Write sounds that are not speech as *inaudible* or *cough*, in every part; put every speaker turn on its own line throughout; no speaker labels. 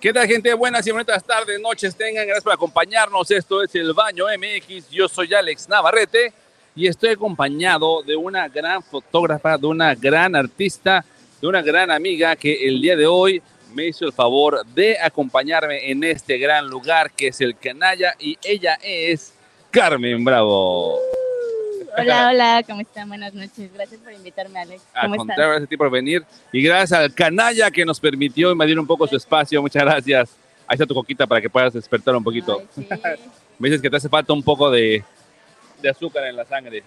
¿Qué tal, gente? Buenas y bonitas tardes, noches tengan. Gracias por acompañarnos. Esto es El Baño MX. Yo soy Alex Navarrete y estoy acompañado de una gran fotógrafa, de una gran artista, de una gran amiga que el día de hoy me hizo el favor de acompañarme en este gran lugar que es el Canalla y ella es Carmen Bravo. *laughs*
Hola, hola, ¿cómo están? Buenas noches. Gracias por invitarme, Alex.
Al
¿Cómo están?
contrario, gracias a ti por venir. Y gracias al canalla que nos permitió invadir un poco su espacio. Muchas gracias. Ahí está tu coquita para que puedas despertar un poquito.
Ay, sí,
*laughs* Me dices que te hace falta un poco de, de azúcar en la sangre.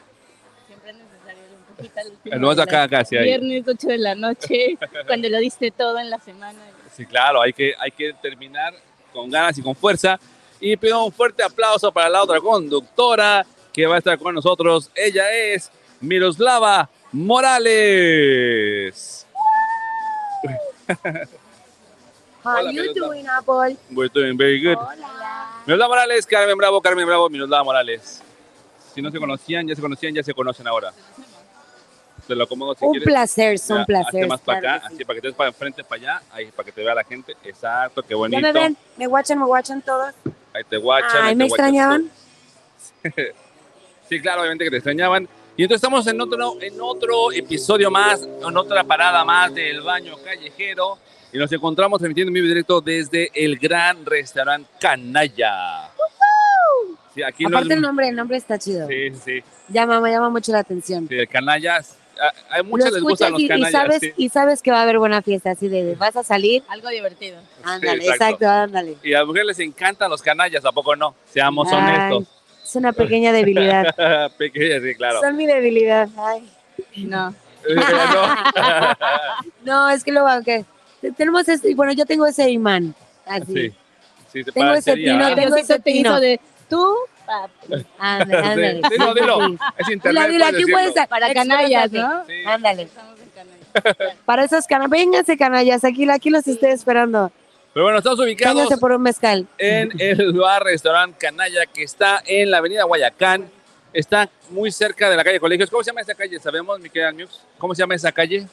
siempre es necesario un poquito al último
Lo vas
de
acá
la-
casi ahí.
Viernes 8 de
*laughs*
la noche, cuando lo diste todo en la semana.
Sí, claro, hay que, hay que terminar con ganas y con fuerza. Y pido un fuerte aplauso para la otra conductora que va a estar con nosotros. Ella es Miroslava Morales.
How
Hola,
you
Miroslava.
doing, Apple?
We're doing very good.
Hola.
Miroslava Morales, Carmen Bravo, Carmen Bravo, Miroslava Morales. Si no se conocían, ya se conocían, ya se conocen ahora. Te lo acomodo si
Un
quieres.
placer, son
Mira,
placeres.
Hazte más para
claro
acá,
que
así
sí.
para que estés para enfrente, para allá, ahí para que te vea la gente. Exacto, qué
Ya
bonito.
me ven, me guachan, me guachan todos.
Ahí te guachan. ahí
Ay,
te
me
guachas
extrañaban.
tú. *laughs* Sí, claro, obviamente que te extrañaban. Y entonces estamos en otro, en otro episodio más, en otra parada más del baño callejero. Y nos encontramos transmitiendo en vivo y directo desde el gran restaurante Canalla. Sí, aquí no es-
Aparte el nombre, el nombre está chido.
Sí, sí,
Llama, me llama mucho la atención.
sí, el canallas. Ah, A, a muchas
Lo
les gustan
escuchas
los
y, y
canallas.
sabes,
sí.
y sabes que va a haber buena fiesta, así de, de, vas a salir,
Algo divertido.
ándale,
exacto.
exacto. ándale.
Y a las mujeres les encantan los canallas, ¿a poco no? Seamos
Ay,
honestos. *laughs*
Es una pequeña debilidad.
Pequeñas, sí, *laughs* claro.
Son mi debilidad. Ay.
No.
*laughs*
No.
No, es que lo que tenemos este, y bueno, yo tengo ese imán. Así.
sí. sí, te
Tengo ese
parecería,
pino,
¿ah?
tengo ese
te hizo
pino.
de tú, papi.
Ándale, ándale.
*laughs* *laughs* Sí, dilo, dilo. Es
Dila,
internet.
dila,
puedes
aquí puedes
decirlo.
Para canallas, ¿no?
Sí.
Ándale.
Estamos en canallas.
Para esos canallas, vénganse canallas, aquí, aquí los estoy esperando.
Pero bueno, estamos ubicados
Vénganse por un mezcal.
en el bar restaurante Canalla que está en la avenida Guayacán. Está muy cerca de la calle Colegios. ¿Cómo se llama esa calle? ¿Sabemos, mi querida News? ¿Cómo se llama esa calle?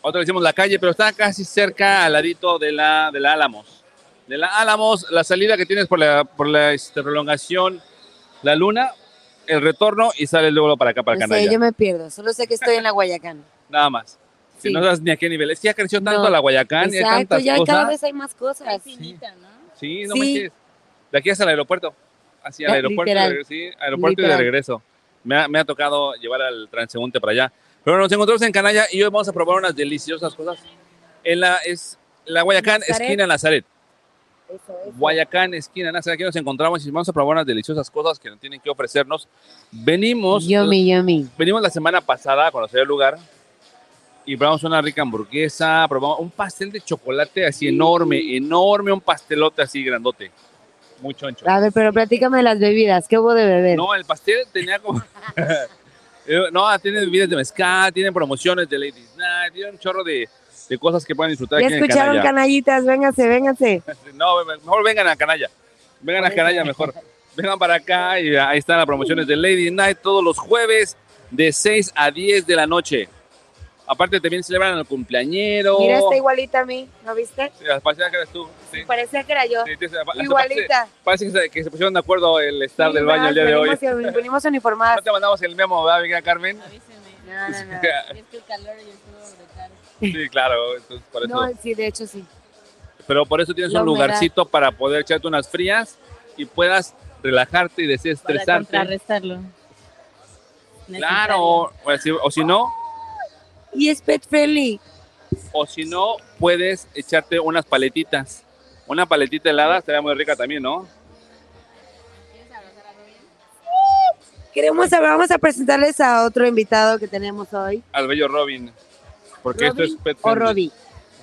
Otra le decimos la calle, pero está casi cerca al ladito de la, de la Álamos. De la Álamos, la salida que tienes por la, por la este, prolongación La Luna, el retorno y sales luego para acá, para
No sé,
Ah, Canalla.
yo me pierdo, solo sé que estoy en
*laughs*
la Guayacán.
Nada más. Si
Sí.
no sabes ni a qué nivel. Es que ya creció tanto
No.
la Guayacán, ya
Exacto,
Ah, tantas
ya
cosas.
cada vez hay más
Está
cosas.
finita, ¿no?
Sí, no
Sí.
manches. De aquí hasta el aeropuerto. Hacia el
Ya,
aeropuerto,
literal.
de regreso, sí, aeropuerto y de
Literal.
regreso. Me ha, me ha tocado llevar al transeúnte para allá. Pero nos encontramos en Canalla y hoy vamos a probar unas deliciosas cosas. En la, es, la Guayacán,
Nazaret.
esquina Nazaret.
Eso, eso.
Guayacán, esquina Nazaret. Aquí nos encontramos y vamos a probar unas deliciosas cosas que nos tienen que ofrecernos. Venimos,
Yummy, yummy.
venimos la semana pasada a conocer el lugar y probamos una rica hamburguesa, probamos un pastel de chocolate así enorme, enorme, un pastelote así grandote, muy choncho.
A ver, pero platícame de las bebidas, ¿qué hubo de beber?
No, el pastel tenía
*laughs*
como... Eh, no, tiene bebidas de mezcal, tiene promociones de Ladies Night, tiene un chorro de, de cosas que pueden disfrutar
ya
aquí en
escucharon,
Canalla.
canallitas, vénganse, vénganse.
No, me- mejor vengan a Canalla, vengan a Canalla mejor. Vengan para acá y ahí están las promociones de Ladies Night todos los jueves de 6 a 10 de la noche. Aparte también celebran el cumpleañero.
Mira, está igualita a mí, ¿no viste?
Sí, parecía que eres tú. Sí.
Parecía que era yo.
Sí, sí, sí, parece-
Igualita.
Parece, que, se, que se pusieron de acuerdo el estar del baño el día de hoy.
Venimos- Venimos
No *laughs*
uniformadas.
te mandamos el memo, ¿verdad, mi querida Carmen? *laughs*
Avísenme.
No, no, no.
Y Es que el calor y el sudor de cara.
Sí, claro. entonces, por *laughs* eso-
No, sí, de hecho sí.
Pero por eso tienes
La
un
humedad.
lugarcito para poder echarte unas frías y puedas relajarte y
Para
desestresarte.
contrarrestarlo.
Claro, o si, o si no,
Y es pet friendly.
o si no, puedes echarte unas paletitas. Una paletita helada estaría muy rica también, ¿no?
¿Quieres abrazar a Robin?
Queremos, vamos a presentarles a otro invitado que tenemos hoy.
Al bello Robin. Porque esto es
Robin
pet
o
friendly.
Robbie.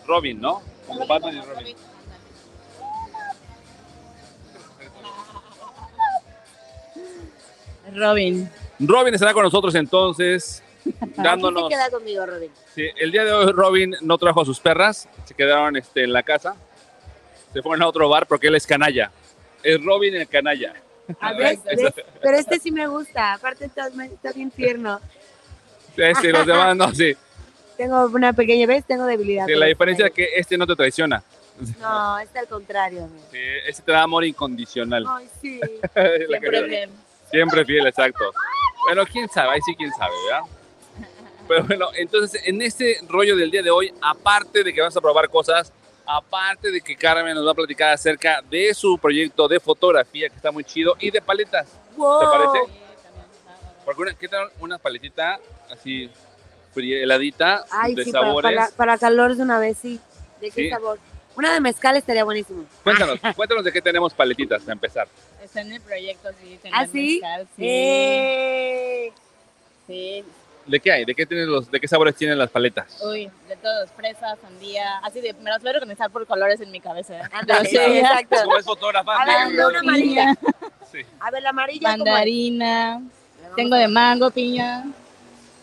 Robin, ¿no? Como Batman y Robin.
Robin.
Robin estará con nosotros entonces,
*laughs* Aquí
dándonos.
se queda conmigo, Robin.
Sí, el día de hoy Robin no trajo a sus perras, se quedaron este, en la casa, se fueron a otro bar porque él es canalla. Es Robin el canalla.
Ah,
A ver, ¿ves? pero este sí me gusta. Aparte está, está bien tierno.
Este, los demás no, sí.
*laughs* Tengo una pequeña vez, tengo debilidad.
Sí,
con
la
los
diferencia es
canallas.
que este no te traiciona.
No, está al contrario. amigo.
Sí, ese te da amor incondicional.
Ay, *laughs* sí.
La
Siempre
que-
bien.
Siempre fiel, exacto. Bueno, quién sabe, ahí sí quién sabe, ¿verdad? Pero bueno, entonces en este rollo del día de hoy, aparte de que vamos a probar cosas, aparte de que Carmen nos va a platicar acerca de su proyecto de fotografía que está muy chido y de paletas,
Wow.
parece?
Sí, también.
porque una, ¿qué tal una paletita así fría, heladita
Ay,
de
sí, para,
sabores?
para, para calor de una vez, sí. ¿De qué
Sí.
sabor? Una de mezcal estaría buenísimo.
Cuéntanos, cuéntanos de qué tenemos paletitas para empezar.
Está en el proyecto, sí. tener
¿Ah, sí?
mezcal, sí,
¡Eh!
sí.
¿De qué hay? ¿De qué tienes los de qué sabores tienen las paletas?
Uy, de todos, fresas, sandía, así de, me los voy a organizar por colores en mi cabeza. ¿eh?
Ándale,
Pero sí,
*laughs* exacto.
Como es fotógrafa,
A ver, de una
Sí.
amarilla.
sí.
A ver, la amarilla. ¿cómo es?
mandarina, tengo de mango, piña,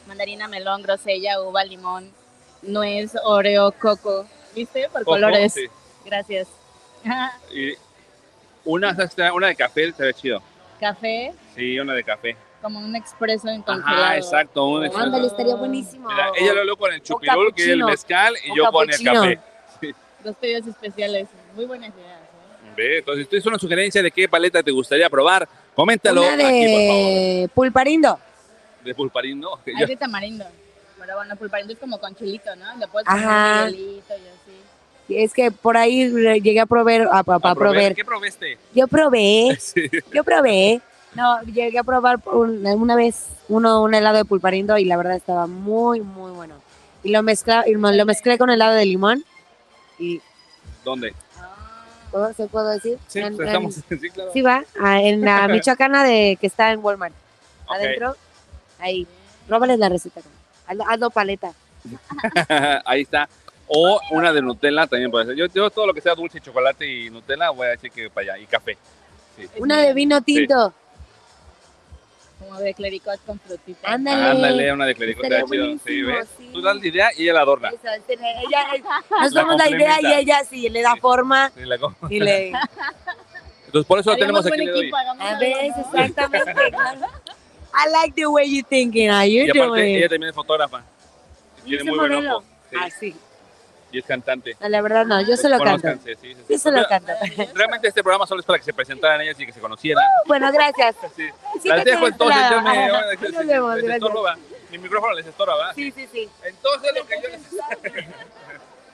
mandarina, melón, grosella, uva, limón, nuez, oreo, coco, ¿viste? Por colores.
Ojo, sí.
Gracias. *laughs*
Y una, ¿sabes qué? una de café estaría chido.
Café,
Sí, una de café.
como un expreso en congelado.
Ajá, exacto. un expreso.
Ándale, estaría buenísimo.
Mira, ella lo habló con el chupirul, que es el
cappuccino.
mezcal, y
O
yo con el
cappuccino.
café.
Dos pedidos especiales. Muy buenas ideas. ¿eh?
Ve, entonces, ¿tú es una sugerencia de qué paleta te gustaría probar? Coméntalo
Una
aquí, por favor.
de pulparindo.
De pulparín, ¿no? Que
Hay
yo-
de tamarindo. Pero bueno, pulparindo es como con chilito, ¿no? Le puedes
Ajá.
poner hielito y así.
Es que por ahí re- llegué a probar, a, a- a
¿A probar?
probar.
¿Qué
*laughs*
probaste?
Yo probé,
Sí.
yo probé. No, llegué a probar por un- una vez uno, un helado de pulparindo y la verdad estaba muy, muy bueno. Y lo, mezcla, y lo mezclé con helado de limón y,
¿Dónde?
Ah,
¿puedo- ¿se puedo decir?
Sí, pues,
En- en- *laughs*
estamos. Sí, claro.
sí va, Ah, en
*laughs*
la michoacana de, que está en Walmart.
Ok.
Adentro, ahí. Róbales la receta. carnal. Hazlo, hazlo paleta.
*laughs* Ahí está. O una de Nutella también puede ser. Yo, yo todo lo que sea dulce, chocolate y Nutella voy a decir que para allá. Y café.
Una de vino tinto.
Como de clericot con frutita.
Ándale.
Ándale, una de clérigo.
Estaría
está chido. Sí,
buenísimo,
¿ves?
sí.
Tú das la idea y ella la adorna.
Eso, este, ella-
*laughs*
nos damos la
complementa.
idea y ella sí le da
Sí.
forma
Sí, la co-
y le.
Entonces, por eso la tenemos
Haríamos buen
aquí. Ledoy.
equipo,
*laughs*
hagamos
A
algo,
ver,
¿no?
exactamente. claro. I like the way you thinking. How you
Y aparte, ella
doing?
también es fotógrafa. Y tiene
ese
muy buen
modelo?
ojo. Sí,
Así.
Y es cantante.
No, la verdad no, yo se lo canto.
Conózcanse, sí, sí, sí.
Yo se lo
Mira,
canto.
Realmente este programa solo es para que se presentaran ellas y que se conocieran.
Bueno, gracias.
Sí.
Sí,
*laughs* Las
te
dejo entonces.
claro.
Yo me,
*laughs* Ajá.
yo me-
Nos vemos,
les
gracias.
estorba. Mi micrófono les estorba. ¿verdad?
Sí, sí, sí.
Entonces lo que yo les-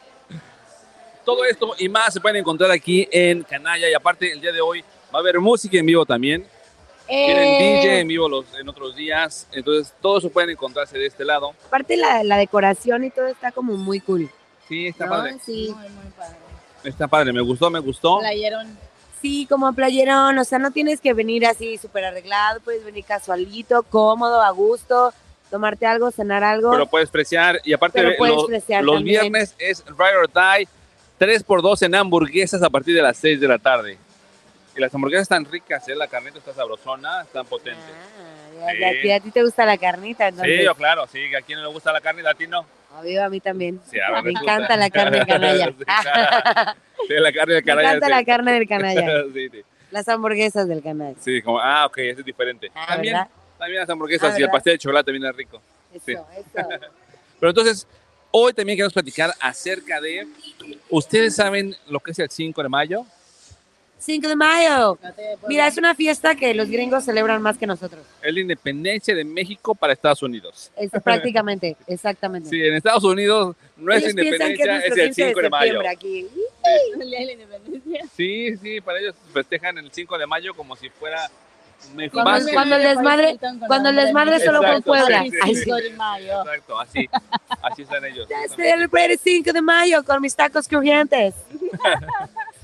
*laughs* Todo esto y más se pueden encontrar aquí en Canalla y aparte el día de hoy va a haber música en vivo también. Tienen DJ
Eh,
en vivo los, en otros días, entonces todo eso pueden encontrarse de este lado.
aparte la, la decoración y todo está como muy cool.
Sí, está
¿no?
padre.
Sí.
Muy, muy padre.
Está padre, me gustó, me gustó.
Playeron.
Sí, como playerón, o sea, no tienes que venir así súper arreglado, puedes venir casualito, cómodo, a gusto, tomarte algo, cenar algo.
Pero puedes preciar y aparte
Pero
ve-
puedes
los,
preciar
los
también.
viernes es Ride or Die 3x2 en hamburguesas a partir de las 6 de la tarde. Y las hamburguesas están ricas, ¿eh? la carnita está sabrosona, están potentes.
Ah, ya-
Sí.
ya- a, ti, a ti te gusta la carnita, entonces.
Sí, yo claro, sí, que a quien no le gusta la carne, a ti no.
Obvio, a mí también.
Sí, a ver,
me
resulta.
encanta la
*laughs*
carne canalla.
Sí, claro. *laughs* Sí, la carne del
*laughs* me
canalla.
encanta
sí.
la carne del canalla.
*laughs* Sí, sí.
Las hamburguesas del canalla.
Sí, como, ah, ok, ese es diferente.
Ah,
también,
¿verdad?
también las hamburguesas y
Ah,
el
¿verdad?
pastel de chocolate también es rico.
Eso,
Sí.
eso.
Pero entonces, hoy también queremos platicar acerca de. ¿Ustedes saben lo que es el 5 de mayo?
5 de mayo.
No te puedo-
Mira, es una fiesta que los gringos celebran más que nosotros.
Es la independencia de México para Estados Unidos. *laughs*
Es prácticamente, exactamente.
Sí, en Estados Unidos no es
Ellos piensan que
independencia, es,
nuestro
el 5 de, mayo.
septiembre aquí.
El día de la independencia.
Sí, sí, para ellos festejan el 5 de mayo como si fuera.
Cuando-
más que-
cuando el desmadre- cuando el desmadre
solo fue en Puebla.
Ay,
Ay,
sí.
sí.
Soy mayo.
Exacto, así, así están ellos.
*laughs* Ya celebré el 5 de mayo con mis tacos *laughs* crujientes.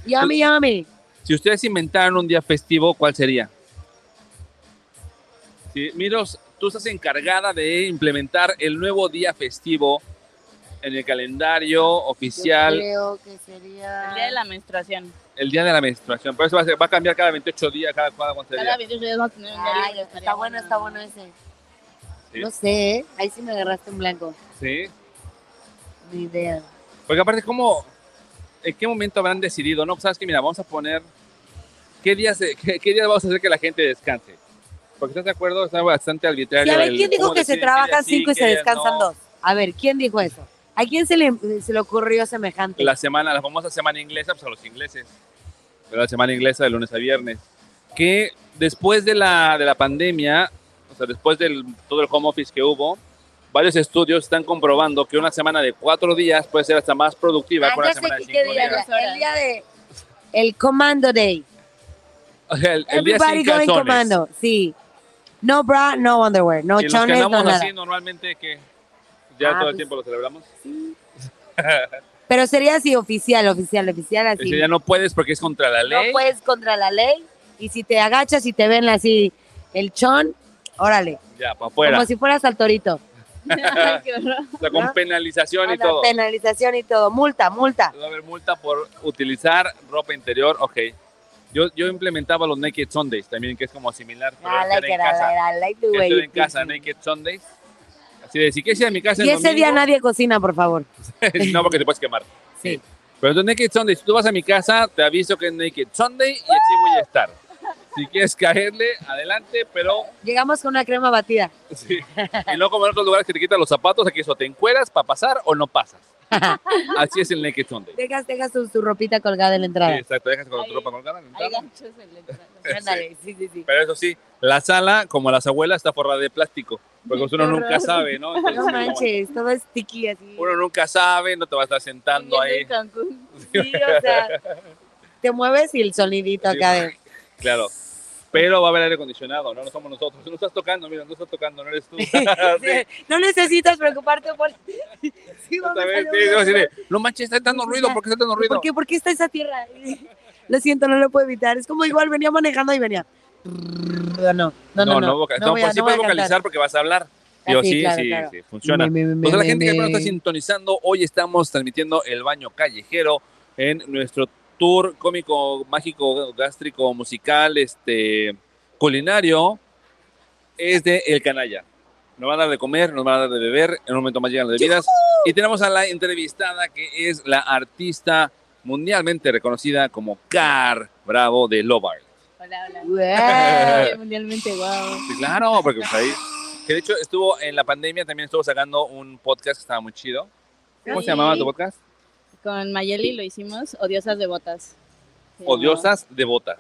yummy, yummy.
Si ustedes inventaran un día festivo, ¿cuál sería? Sí, Miros, tú estás encargada de implementar el nuevo día festivo en el calendario
Yo
oficial,
creo que sería...
El día de la menstruación.
el día de la menstruación. Por eso va a, ser- va a cambiar cada 28 días, cada cada cuánto
Cada
día.
28 días vamos a tener un día
Ay,
libre,
está
estaría
bueno, está bueno ese.
Sí.
No sé, ¿eh? ahí sí me agarraste en blanco.
Sí.
Ni idea.
Porque aparte, ¿cómo, ¿en qué momento habrán decidido? No, sabes que mira, vamos a poner qué días, qué, qué días vamos a hacer que la gente descanse. Porque estás de acuerdo, está bastante
Y
arbitrario.
a ver,
el
¿quién dijo
cómo
que se
deciden qué días
trabajan
sí,
cinco y
qué
se
días
descansan
no.
dos? A ver, ¿quién dijo eso? ¿A quién se le, se le ocurrió semejante?
La semana, la famosa semana inglesa, pues a los ingleses. La semana inglesa de lunes a viernes. Que después de la, de la pandemia, o sea, después de todo el home office que hubo, varios estudios están comprobando que una semana de cuatro días puede ser hasta más productiva
Ah,
que una
ya sé
semana de
qué-
cinco
qué día
días.
era. El día de... El Comando Day.
O sea, el, el día
Everybody
sin
going
calzones.
comando, sí. No bra, no underwear, no
Y los que
chones, no
andamos
nada.
así normalmente que ya
Ah,
todo el
pues-
tiempo lo celebramos.
Pero sería así oficial, oficial, oficial,
Ese
así.
día no puedes porque es contra la
No
ley.
puedes contra la ley. Y si te agachas y te ven así el chon, órale.
Ya, para afuera.
Como si fueras al torito.
*laughs* Ay, qué
*laughs*
horror.
O sea, con
¿no?
penalización
A
y
la
todo.
penalización y todo. Multa, multa.
Va a haber multa por utilizar ropa interior. Ok. Yo, yo implementaba los Naked Sundays también, que es como similar. Pero
I
este
like
era
it,
en casa.
I like the
Este
way
era en
you
casa,
think.
Naked Sundays. Así de decir, ¿qué sea en mi casa?
Y
el
ese día
domingo?
nadie cocina, por favor.
*laughs* no, porque te puedes quemar.
Sí.
Pero entonces Naked Sunday, si tú vas a mi casa, te aviso que es Naked Sunday y así voy a estar. Si quieres caerle, adelante, pero *laughs*
Llegamos con una crema batida.
sí. y no como en otros lugares que te quitan los zapatos, aquí eso, te encueras para pasar o no
*laughs*
pasas. Así es el Naked Sunday.
Dejas, dejas tu, tu ropita colgada en la
Sí,
entrada.
exacto, dejas con tu
Ahí-
ropa colgada. ¿no?
Hay ganchos en la entrada.
Ándale, sí, sí, sí.
Pero eso sí, la sala, como las abuelas, está forrada de plástico, porque
Qué
uno nunca
horror.
sabe, ¿no? Entonces,
*laughs* No
como-
manches, todo es sticky así.
uno nunca sabe, no te vas a estar sentando
Viviendo
ahí. *laughs*
en Cancún.
Sí, o sea, te mueves y el sonidito acá de...
Claro. Pero va a haber aire acondicionado, no, no somos nosotros. No estás tocando, mira, no estás tocando, no eres
*laughs*
tú. *laughs* Sí,
Sí, No necesitas preocuparte por... *laughs* Sí,
otra
vamos a
vez,
hacer
sí,
un-
no, así de, no manches, está dando ruido, ¿por qué está dando ruido?
¿Por qué, ¿Por qué está esa tierra? *laughs* Lo siento, no lo puedo evitar. Es como igual venía manejando y venía. No, no, no.
no,
No,
voca-
no
no,
voy a-
pues sí
no voy a
puedes vocalizar
cantar.
porque vas a hablar. Yo
Ah, sí,
sí,
claro,
sí,
claro.
sí, funciona.
Me, me, me,
Pues a la
me,
gente que
me.
no está
*laughs*
sintonizando, hoy estamos transmitiendo el baño callejero en nuestro tour cómico, mágico, gástrico, musical, este culinario. Es de El Canalla. Nos van a dar de comer, nos van a dar de beber, en un momento más llegan las bebidas. Y tenemos a la entrevistada que es la artista mundialmente reconocida como Car Bravo de Lobar.
Hola, hola.
Güey.
Ay, Mundialmente, wow.
Sí, claro, porque pues, ahí. Que de hecho estuvo en la pandemia, también estuvo sacando un podcast que estaba muy chido. ¿Cómo se
Sí.
llamaba tu podcast?
Con Mayeli lo hicimos Odiosas de Botas. Se llamaba.
Odiosas devotas.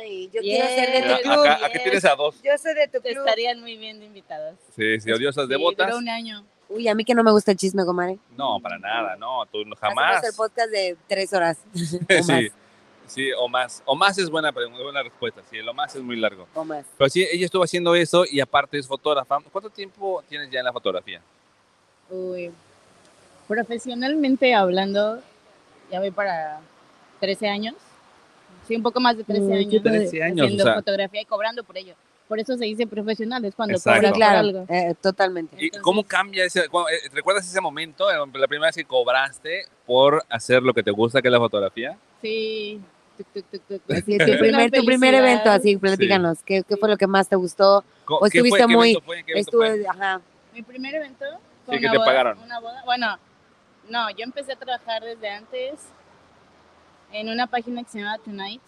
Ay, yo
Yes.
quiero ser de
Mira,
Yes.
tu club.
acá, aquí tienes a dos.
Yo soy de tu club.
Estarían muy bien de invitados.
Sí, sí, odiosas
Sí,
devotas.
duró un año.
Uy, a mí que no me gusta el chisme, comadre.
No, para nada, no, tú no-
Hacemos el
jamás.
podcast de tres horas. *laughs* o más.
*laughs* Sí, sí, o más. O más es buena, pregunta, buena respuesta, sí, lo más es muy largo.
O más.
Pero sí, ella estuvo haciendo eso y aparte es fotógrafa. ¿Cuánto tiempo tienes ya en la fotografía?
Uy. Profesionalmente hablando, ya voy para 13 años. Sí, un poco más de 13
Uy, qué
años.
padre. 13 años,
Haciendo
o sea.
fotografía y cobrando por ello. Por eso se dice profesional, es cuando
Exacto.
cobras
Sí,
por
Claro,
algo.
eh, totalmente.
¿Y cómo cambia ese? cómo- eh, ¿Recuerdas ese momento, eh, la primera vez que cobraste por hacer lo que te gusta, que es la fotografía?
Sí. Tuc, tuc, tuc,
*laughs*
tuc.
Así es,
Sí,
tu
una
primer, tu primer
felicidad.
evento, así, platícanos. ¿qué, ¿Qué fue lo que más te gustó?
Co-
Pues
¿Qué fue?
estuviste
¿Qué
muy-
evento fue? ¿Qué pues. evento fue?
Estuve, ajá.
Mi primer evento fue
Sí, que
una,
te
boda,
pagaron.
una boda. Bueno, no, yo empecé a trabajar desde antes en una página que se llamaba Tonight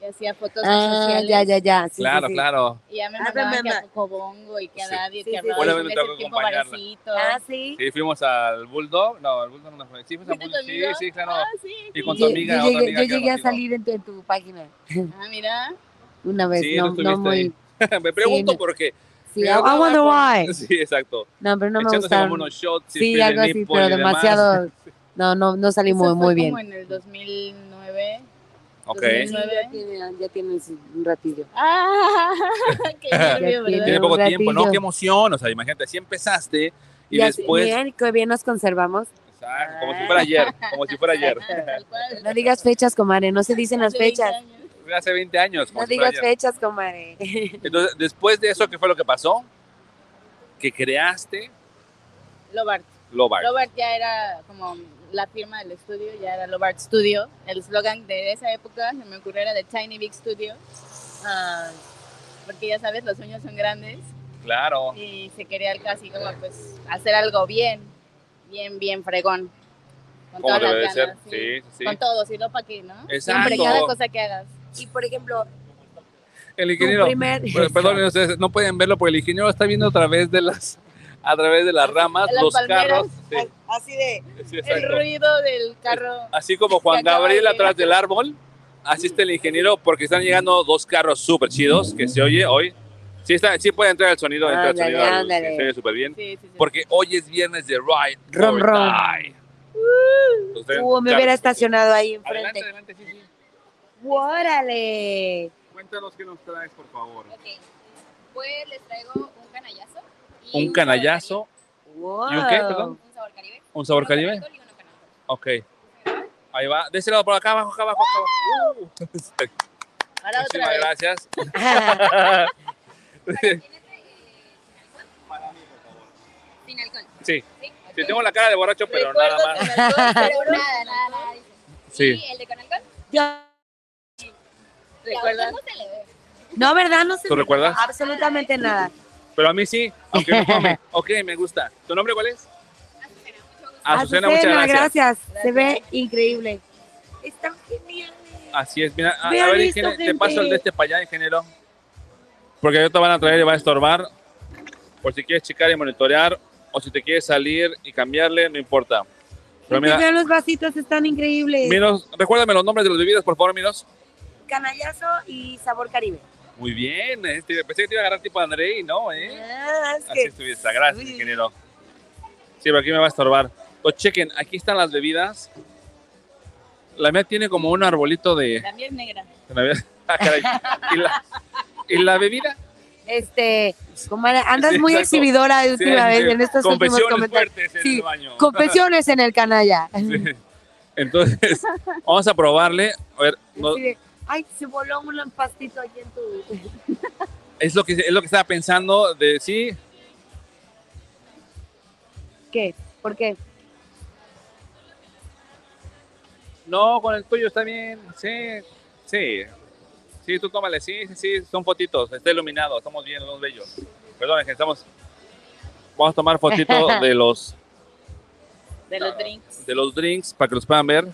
y hacía fotos
Ah,
sociales.
ya, ya, ya. sí,
claro,
sí, sí.
claro.
Y ya me
Ah,
mandaban que
remember.
a Cocobongo y que a
Sí.
Daddy,
Sí,
que
sí,
a
sí.
Una
Bravo,
vez me
en
tocó
ese tiempo
acompañarla.
barecito.
Ah, sí.
Sí, fuimos al Bulldog. No, al Bulldog no fue. Sí, fuimos al
¿Fuiste
Bulldog. Sí,
conmigo?
sí, claro.
Ah, sí.
Y con
sí.
tu
Yo-
amiga,
yo
otra
llegué,
amiga
yo
que
llegué a
contigo.
salir en tu, en tu página
Ah, mira.
una vez,
Sí,
Pues no,
tú
no
estuviste
muy.
ahí. *laughs* me pregunto
no.
por qué.
Sí,
Me
I, I
hablaba
wonder
con- *laughs*
why.
Sí, exacto.
No, pero no me
Echándose
gustaron.
como unos shots. y
Sí,
pide
algo así,
nipple
pero
y demás.
demasiado. No, no, *laughs* no salí muy,
Eso fue
muy bien.
Como en el 2009.
Ok.
Entonces,
Sí, ya, tiene, ya tienes un ratillo.
Ah, *laughs* qué
*laughs*
nervio,
Tiene
tiene.
¿verdad?
poco
un
tiempo, ¿no?
ratillo.
Qué emoción. O sea, imagínate, así empezaste y
Ya,
después.
Miren qué bien nos conservamos.
Exacto, como si fuera ayer. Como si fuera
*laughs*
ayer.
Ah, tal cual.
No digas fechas, comadre, no se dicen las
Hace 20
fechas.
años.
Hace 20 años. Como
No
si fuera ayer.
digas fechas, comadre.
Entonces, después de eso, ¿qué fue lo que pasó? Que creaste
Lobart.
Lobar.
Lobart ya era como la firma del estudio, ya era Lobart Studio. El slogan de esa época se me ocurrió era de Tiny Big Studio,
Ah,
porque ya sabes, los sueños son grandes
Claro.
y se quería casi como pues hacer algo bien, bien, bien fregón. Con
Como
todas las
debe de ser.
ganas, sí.
Sí, sí.
Con todo, sí, lo pa' aquí, ¿no?
Exacto.
Siempre, cada cosa que hagas.
y por ejemplo,
El
tu
ingeniero.
primer.
*laughs* Bueno, Perdón, ustedes no pueden verlo porque el ingeniero está viendo a través de las a través de las ramas,
las
los
palmeras.
carros. sí,
Así de.
sí,
El
exacto.
ruido del carro.
Así como Juan
acaba de
Gabriel
llegar.
atrás del árbol, así está el ingeniero porque están llegando dos carros súper chidos que se oye hoy. Sí, está, sí puede entrar el sonido, entra el
Ándale,
sonido, al-
ándale.
se oye súper bien.
Sí, sí, sí.
Porque hoy es viernes de Ride
Rom,
or
rom.
Die. Entonces,
Uh, me
claro,
hubiera estacionado ahí
Adelante,
enfrente.
adelante, sí, sí.
¡Órale!
Cuéntanos qué nos traes, por favor.
Ok. Pues les traigo un canallazo. y
Un
sabor
canallazo,
Wow.
¿Y un qué, perdón?
caribe, Un sabor caribe.
un sabor
uno
caribe.
canábico y uno canábico.
Ok. Ahí va. De ese lado, por acá abajo, acá abajo. Acá abajo. Uh,
Ahora
*laughs*
otra
Muchísimas
vez.
gracias. *laughs*
eh, Sin alcohol.
Sí,
Sí,
sí,
ok.
tengo la cara de borracho, pero
Recuerdo
nada más.
sin alcohol, *laughs* pero nada, nada, nada.
Sí.
¿Y el de con alcohol?
*laughs* Yo-
¿Recuerdas?
no, ¿verdad? No sé.
¿Tú recuerdas?
Absolutamente nada.
Pero a mí sí, aunque no
*laughs*
tome. Ok, me gusta. ¿Tu nombre cuál es? Azucena, Ah, muchas
Azucena,
gracias.
gracias. Se ve increíble. Están geniales.
Así es, mira, a, a
Vean
ver,
esto,
ingeniero, te
gente.
paso el de este para allá, ingeniero. Porque yo te van a traer y va a estorbar. Por si quieres checar y monitorear, o si te quieres salir y cambiarle, no importa. Pero
Gente,
mira,
vean los vasitos, están increíbles.
Minos, recuérdame los nombres de los bebidas, por favor, Minos.
Canallazo y sabor caribe.
Muy bien, este, pensé que te iba a agarrar tipo Andrei, ¿no? ¿Eh?
Ah, es
Así
que-
estuviese, gracias,
Uy.
ingeniero. Sí, pero aquí me va a estorbar. Pues chequen, aquí están las bebidas. La mía tiene como un arbolito de.
También negra.
la mía- *laughs* Ah, caray. ¿Y, la, y la bebida?
Este, comadre, andas
Sí,
muy
exacto.
exhibidora de última
Sí,
vez
sí.
en estos últimos
Confesiones pues.
comentarios.
fuertes en
Sí,
el baño. *laughs*
Confesiones en el canalla.
Sí. Entonces, vamos a probarle. A ver, no-
Así de, Ay, se voló un pastito aquí en tu. *laughs*
es, lo que, es lo que estaba pensando de sí.
¿Qué? ¿Por qué?
No, con el tuyo está bien. Sí, sí. Sí, tú tómale. Sí, sí, sí. Son fotitos. Está iluminado. Estamos bien, los dos bellos. Perdón, es que estamos. Vamos a tomar fotitos de los,
De los drinks.
de los drinks para que los puedan ver.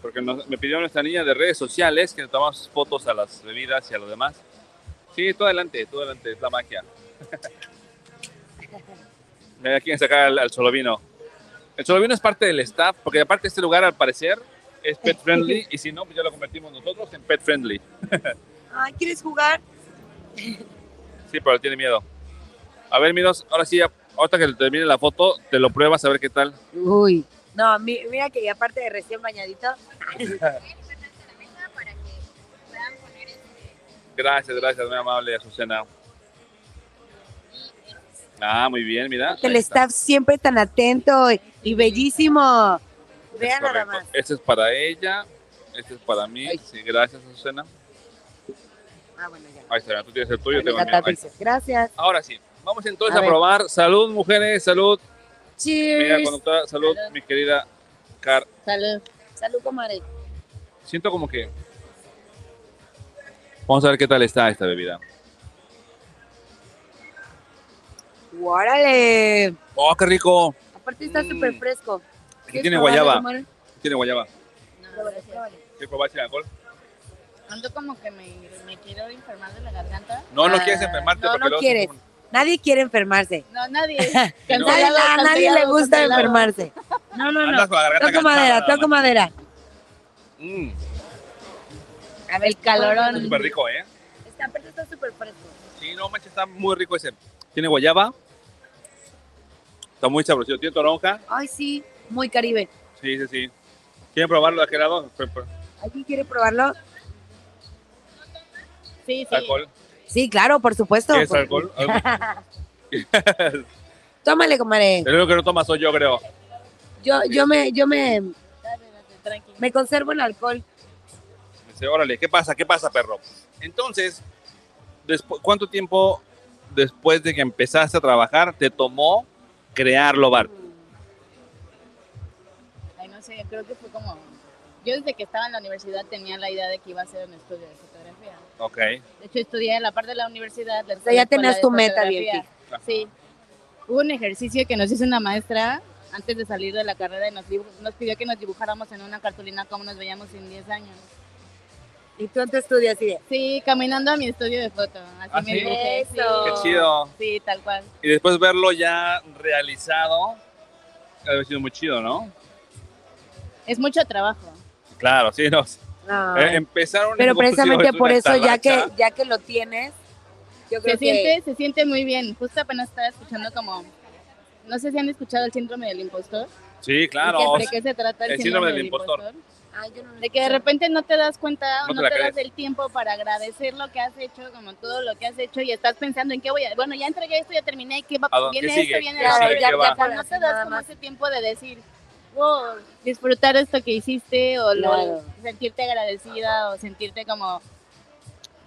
Porque nos- me pidió nuestra niña de redes sociales que le tomamos fotos a las bebidas y a lo demás. Sí, todo adelante, todo adelante, es la magia. Mira quién saca al, al Solovino. El Solovino es parte del staff, porque aparte este lugar al parecer es pet friendly y si no, pues ya lo convertimos nosotros en pet friendly.
Ay, ¿quieres jugar?
Sí, pero tiene miedo. A ver, Miros, ahora sí, ya, ahorita que termine la foto, te lo pruebas a ver qué tal.
Uy. No, mi- mira que aparte de recién bañadito,
Gracias, gracias, muy amable Azucena. Ah, muy bien, mira.
que el
ahí está.
staff siempre tan atento y, y bellísimo. Vean nada
Correcto.
más.
Este es para ella, este es para mí. Sí, gracias, Azucena.
Ah, bueno, ya.
Ahí está, tú tienes el tuyo, yo
Me
tengo el mío.
encanta,
Ahí está.
dice, Gracias.
Ahora sí, vamos entonces
A
a,
ver.
probar. Salud, mujeres, salud. Mira,
Cheers.
conductora, salud,
Salud.
mi querida Car.
Salud.
Salud, comadre.
Siento como que. Vamos a ver qué tal está esta bebida.
¡Órale!
¡Oh, qué rico!
Aparte está
Mm.
súper fresco.
Aquí
¿Quieres
tiene
probarlo,
guayaba.
comadre?
Aquí tiene guayaba.
No,
Pruébalo,
gracias.
pruébalo.
¿Quieres probar sin alcohol?
Ando como que me, me quiero enfermar de la garganta.
No, no
Ah,
quieres enfermarte.
no,
porque
no
luego-
quieres. Nadie quiere enfermarse.
No, nadie.
*laughs* Nadie-
Cancelado,
a nadie le
cancelado,
gusta
*laughs*
cancelado.
enfermarse. No, no, no.
Andas con la garganta
Toco
cansada,
madera,
nada más.
toco madera.
Mm,
A
El calorón.
está súper rico, ¿eh?
Está, aparte está súper fresco.
Sí, no manches, está muy rico ese. Tiene guayaba. Está muy sabroso. Tiene toronja.
Ay, sí, muy caribe.
Sí, sí, sí. ¿Quieren probarlo de aquel lado? Pr- pr-
¿Alguien quiere probarlo?
Sí, sí.
¿Alcohol?
Sí, claro, por supuesto.
¿Quieres
Por-
alcohol?
Tómale, comadre.
El único que no toma soy yo, creo.
Yo, yo me, yo me,
Dale, dale, tranqui.
me conservo en alcohol.
Me dice, órale, ¿qué pasa? ¿Qué pasa, perro? Entonces, despu- ¿cuánto tiempo después de que empezaste a trabajar te tomó crearlo, Bar?
Ay, no sé, creo que fue como... Yo desde que estaba en la universidad tenía la idea de que iba a hacer un estudio de fotografía.
Ok.
De hecho, estudié en la parte de la universidad. la
O sea, ya
escuela
tenías
de
tu meta
fotografía.
bien fija.
Ajá.
Sí. Hubo un ejercicio que nos hizo una maestra antes de salir de la carrera y nos, dibu- nos pidió que nos dibujáramos en una cartulina cómo nos veíamos en 10 años.
Y tú en tu estudio así de,
Sí, caminando a mi estudio de foto. Así
¿Ah, sí?
me dibujé, sí.
Qué chido.
Sí, tal cual.
Y después verlo ya realizado, ha de haber sido muy chido, ¿no?
Es mucho trabajo.
Claro, sí, no.
no.
Eh, empezar un
Pero
negocio
precisamente
es una
por eso, ya que,
talacha.
ya que lo tienes, yo creo
Se
que
siente, se siente muy bien. Justo apenas estaba escuchando como... No sé si han escuchado el síndrome del impostor.
Sí, claro.
¿De
o
qué- ¿De qué se trata el,
el síndrome del impostor.
Ay, yo no lo
De que de
escuché.
repente no te das cuenta,
No
no,
te la
te, das
crees.
el tiempo para agradecer lo que has hecho, como todo lo que has hecho, y estás pensando en qué voy a. Bueno, ya entregué esto, ya terminé, ¿qué va,
¿A dónde-
viene
qué sigue?
este,
esto, viene
¿Qué
lo
sigue?
otro?
¿Qué
Ya-
va?
ya No te
Nada
das como
más.
ese tiempo de decir, wow, disfrutar esto que hiciste, o lo-
Claro.
sentirte agradecida, o sentirte como.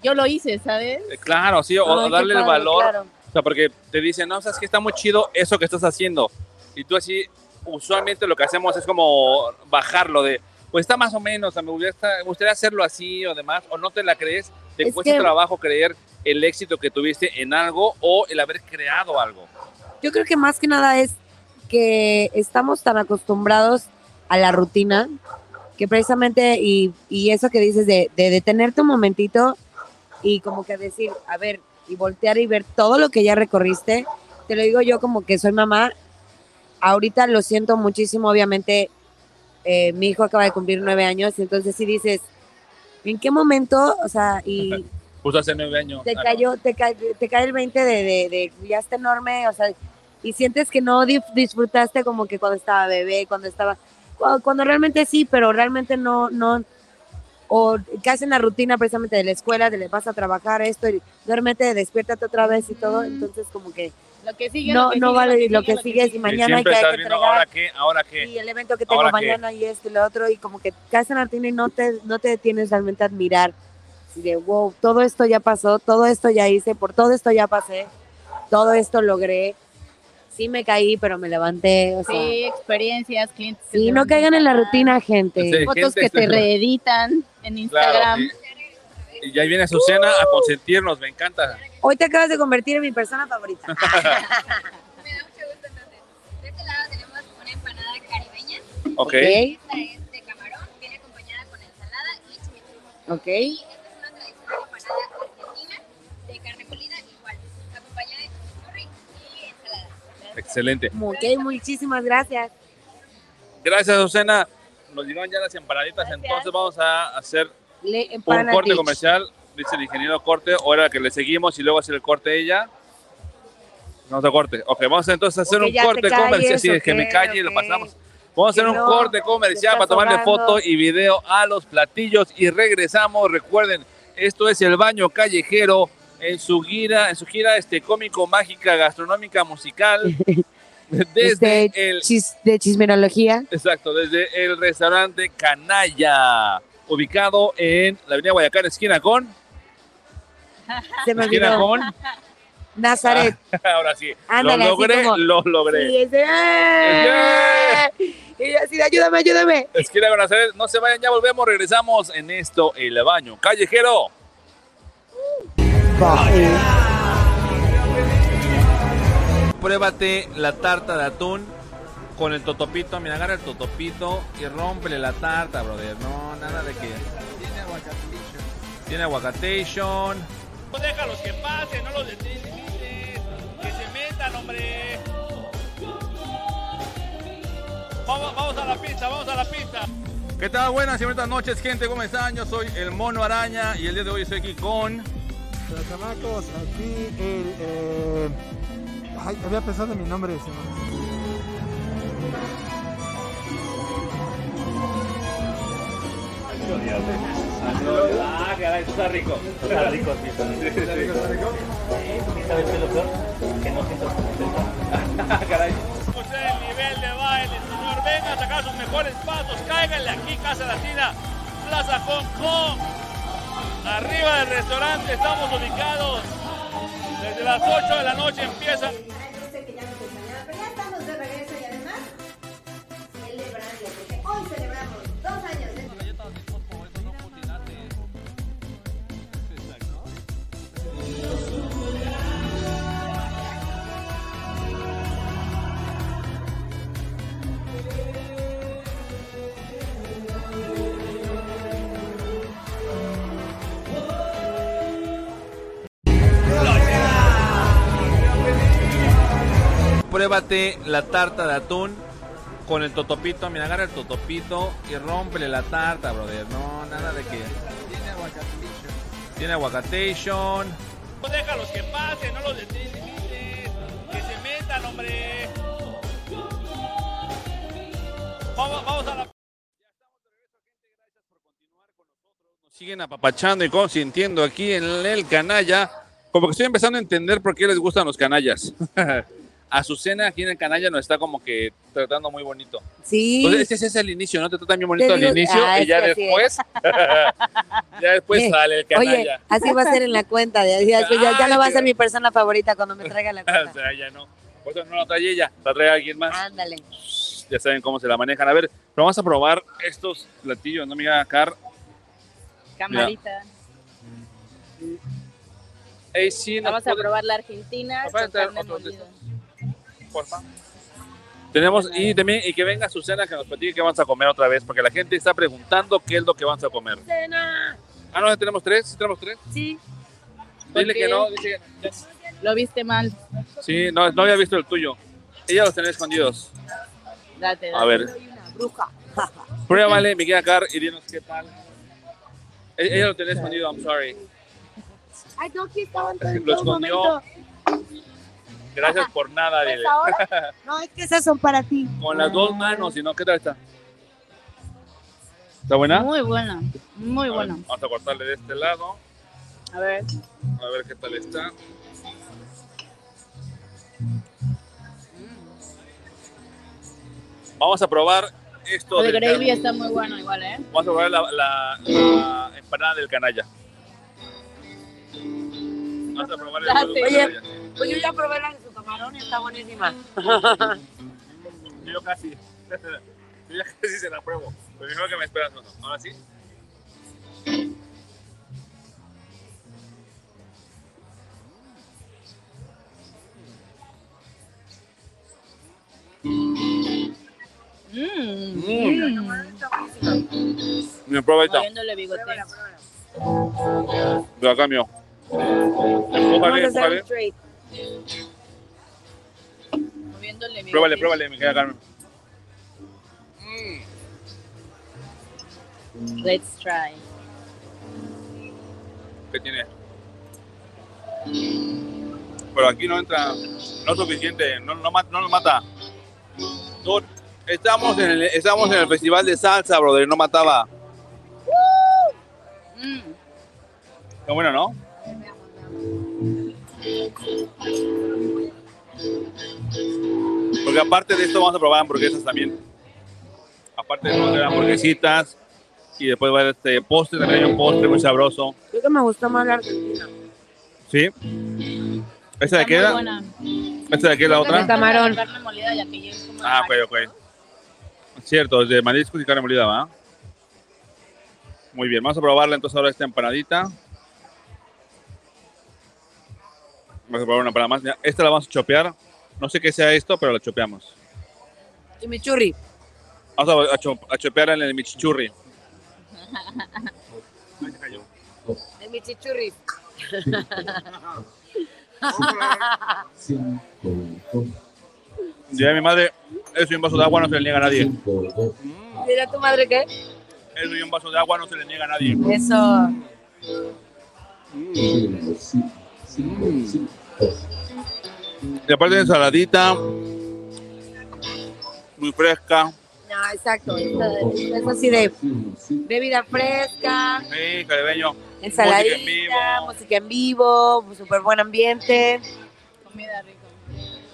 Yo lo hice, ¿sabes?
Eh, Claro, sí, o,
Ay,
o
qué
darle el
padre,
valor.
claro.
O sea, porque te dicen, no, sabes que está muy chido eso que estás haciendo. Y tú así, usualmente lo que hacemos es como bajarlo de, pues está más o menos, o sea, me gustaría, me gustaría hacerlo así o demás, o no te la crees, te
Es
cuesta
que-
trabajo creer el éxito que tuviste en algo o el haber creado algo.
Yo creo que más que nada es que estamos tan acostumbrados a la rutina que precisamente, y, y eso que dices de, de detenerte un momentito y como que decir, a ver, y voltear y ver todo lo que ya recorriste, te lo digo yo como que soy mamá, ahorita lo siento muchísimo, obviamente eh, mi hijo acaba de cumplir nueve años, entonces sí dices, ¿en qué momento? O sea, y
Justo hace nueve años.
te
Ah, no.
cayó, te cae, te cae el 20 de, de, de ya está enorme, o sea, y sientes que no dif- disfrutaste como que cuando estaba bebé, cuando estaba, cu- cuando realmente sí, pero realmente no, no, o casi en la rutina precisamente de la escuela, de le vas a trabajar esto, y duérmete, despiértate otra vez y todo,
Mm.
entonces como que
Lo que sigue.
no,
lo que
no
sigue,
vale, lo que sigue es
sigue.
y
Y
mañana
siempre
hay que, hay
estás
que
viendo,
entregar,
ahora qué, ahora qué.
y el evento que tengo
¿Ahora qué?
mañana y esto y lo otro, y como que caes en la rutina y no te, no te detienes realmente a admirar. Así de, wow, todo esto ya pasó, todo esto ya hice, por todo esto ya pasé, todo esto logré. Sí me caí, pero me levanté. O sea, sí,
Sí, experiencias, clientes. que te
no
van
caigan en la
visitar,
rutina, gente.
Sí.
Fotos
Gente
que
que-
te reeditan en Instagram.
y- Y ya viene Azucena a consentirnos, me encanta.
Hoy te acabas de convertir en mi persona favorita.
Me da mucho gusto entonces. De este lado tenemos una empanada caribeña.
Ok.
Esta es de camarón, viene acompañada con ensalada y chimichurri.
Ok, ok.
Y esta es una tradicional empanada argentina de carne molida igual, acompañada de chimichurri y ensalada.
Excelente.
Ok, muchísimas gracias.
Gracias, Azucena. Nos llegaron ya las empanaditas, entonces vamos a hacer
Le,
un
empanadich.
corte comercial, dice el ingeniero corte, ahora que le seguimos y luego hacer el corte ella. Vamos a corte. Ok, vamos a entonces a hacer
Ok,
un
ya te
corte
calles,
comercial. Sí, es que me
ok,
calle y lo
ok.
pasamos. Vamos a
Que
hacer un
no,
corte comercial
te
para
estás
tomarle
ahogando.
foto y video a los platillos y regresamos. Recuerden, esto es el baño callejero en su gira, en su gira este cómico mágica gastronómica
*laughs*
musical desde
Este,
el
chis- de chismerología.
Exacto, desde el restaurante Canalla, ubicado en la Avenida Guayacán, esquina con.
Se me
Esquina
olvidó.
con. *laughs*
Nazaret.
Ahora sí.
Ándale,
lo
así
logré,
como-
lo logré.
Sí, es de, ¡Ah! Y yo así de, ayúdame, ayúdame.
Esquina con Nazaret, no se vayan, ya volvemos, regresamos en esto, el baño callejero. Pruébate la tarta de atún con el totopito. Mira, agarra el totopito y rómpele la tarta, brother. No, nada de que. Tiene aguacatation.
Déjalos Pues que pasen, no los detenimites. Que se metan, hombre. Vamos, vamos a la pista, vamos a la pista.
¿Qué tal? Buenas y buenas noches, gente. ¿Cómo están? Yo soy el Mono Araña y el día de hoy estoy aquí con.
Pero chamacos, aquí el... eh, Ay, había pensado en mi nombre. se me-
Ah, caray, está rico. Está rico, sí. Está rico, está rico. ¿Sabes qué, doctor? Que no siento
Ah,
caray. Usted el nivel de baile, señor. Venga a sacar sus mejores pasos. Cáiganle aquí, Casa Latina, Plaza Hong Kong. Arriba del restaurante estamos ubicados. Desde las 8 de la noche empieza
Ay, yo sé que ya nos extrañaba, pero ya estamos de regreso y además celebrando, porque hoy celebramos dos años de...
pruébate la tarta de atún con el totopito. Mira, agarra el totopito y rómpele la tarta, brother. No, nada de que. Tiene aguacatation.
Pues déjalos que pasen, no los detenimites. Que se metan, hombre. Vamos, vamos a la.
Nos siguen apapachando y consintiendo aquí en el canalla. Como que estoy empezando a entender por qué les gustan los canallas. *laughs* Azucena aquí en el canalla nos está como que tratando muy bonito.
Sí.
Entonces ese Pues es el inicio, ¿no? Te tratan bien bonito al
digo-
inicio
Ah,
y
es
ya
que así
después, *laughs* ya después
Oye,
sale el
Oye,
canalla.
así va a ser en la cuenta. de- ya, después ya- ya no va a ser mi persona favorita cuando me traiga
*laughs*
la
*laughs* o
cuenta.
sea, ya no. Por eso no la trae ella, la trae alguien más.
Ándale.
ya saben cómo se la manejan. A ver, pero vamos a probar estos platillos, ¿no, amiga Car?
Camarita.
Ey, sí, ¿nos
Vamos a
puede-
probar la Argentina
Papá,
con
traer
carne
otros de
molida.
porfa? Tenemos, y también, y que venga Susana que nos platique qué vamos a comer otra vez, porque la gente está preguntando qué es lo que vamos a comer. Ah, no, ya tenemos tres, sí tenemos tres.
Sí,
Dile
Ok.
que no, dice que-
lo viste mal.
Sí, no, no había visto el tuyo. Ella los tenía escondidos.
Date,
A ver,
*laughs*
Bruja.
pruébale, mi querida Car, y dinos qué tal. E- Ella lo tenía escondido, I'm sorry.
Ay, no, aquí estaban todos en
Lo
todo
escondió.
momento.
Gracias por nada,
Pues
dile. *laughs*
ahora, no, es que esas son para ti.
Con las dos manos, si no, ¿qué tal está? ¿Está buena?
Muy buena, muy
A ver,
buena.
Vamos a cortarle de este lado,
A ver,
a ver qué tal está. Vamos a probar esto.
el
del
gravy
can-
está muy bueno igual, ¿eh?
Vamos a probar la, la- la empanada del canalla. Vamos a probar el
Date.
producto del
Oye.
canalla.
Pues yo ya probé la de su camarón y está buenísima.
Yo casi. *laughs* Yo ya casi se la pruebo. Pero mejor que me esperas uno. Ahora sí.
Mmm.
Mm. Me prueba ahorita.
Moviéndole bigote.
La cambio. Empújale,
Vamos a hacer
empújale.
un trade.
Moviéndole bigote.
Pruébale, pruébale, mi querida Carmen.
Let's try.
que tiene. Pero aquí no entra, no es suficiente, no, no, ma- no nos mata. Dude, estamos en, el, estamos en el festival de salsa, brother, no mataba.
Mmm.
Qué bueno, ¿no? Porque aparte de esto vamos a probar hamburguesas también. Aparte de vamos a hacer hamburguesitas y después va a haber este postre, también hay un postre muy sabroso.
Creo que me gustó más la Argentina.
¿Sí? ¿Esta de qué era?
Está muy buena.
¿Esta de qué es la
Creo que
otra?
De camarón.
La carne molida ya que ya es como
Ah,
la-
ok, ok. Cierto, es de mariscos y carne molida, ¿va? Muy bien, vamos a probarla entonces ahora esta empanadita. Vamos a probar una empanada más. Mira, Esta la vamos a chopear. No sé qué sea esto, pero la chopeamos.
Chimichurri.
Vamos a, a cho- a chopear en el michichurri.
El michichurri.
Diría mi madre, eso y un vaso de agua no se le niega a nadie.
Mira tu madre qué.
Eso y un vaso de agua no se le niega a nadie.
Eso.
Y aparte de ensaladita, muy fresca.
No, exacto. esta- Es así de bebida fresca,
Sí, caribeño.
ensaladita,
en vivo.
música en vivo, súper buen ambiente,
Comida rica.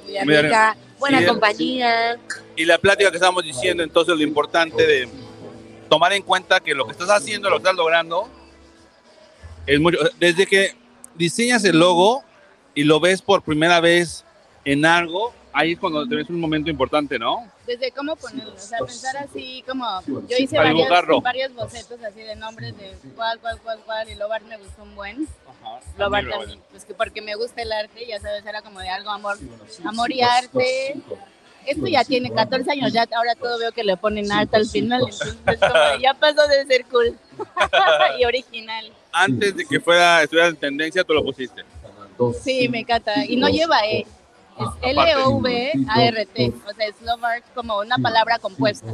comida
Comida rica.
rica, buena
Sí.
compañía.
Y la plática que estábamos diciendo, entonces lo importante de tomar en cuenta que lo que estás haciendo, lo que estás logrando, es mucho. Desde que diseñas el logo y lo ves por primera vez en algo, ahí es cuando te ves un momento importante, ¿no?
Desde cómo ponerlo, o sea, pensar así como yo hice
Para
varios,
dibujarlo.
varios bocetos así de nombres de cuál, cuál, cuál, cuál, y Lobar me gustó un buen.
Lo
Lobar también, pues que porque me gusta el arte, ya sabes, era como de algo amor, amor y arte. Esto Este ya tiene 14 años, ya ahora todo veo que le ponen arte al final, entonces pues, como ya pasó de ser cool *laughs* y original.
Antes de que fuera estuvieras en tendencia, tú lo pusiste.
Sí, me encanta. Y no lleva E,
Ah,
Es L-O-V-A-R-T. O sea, slow art como una palabra compuesta.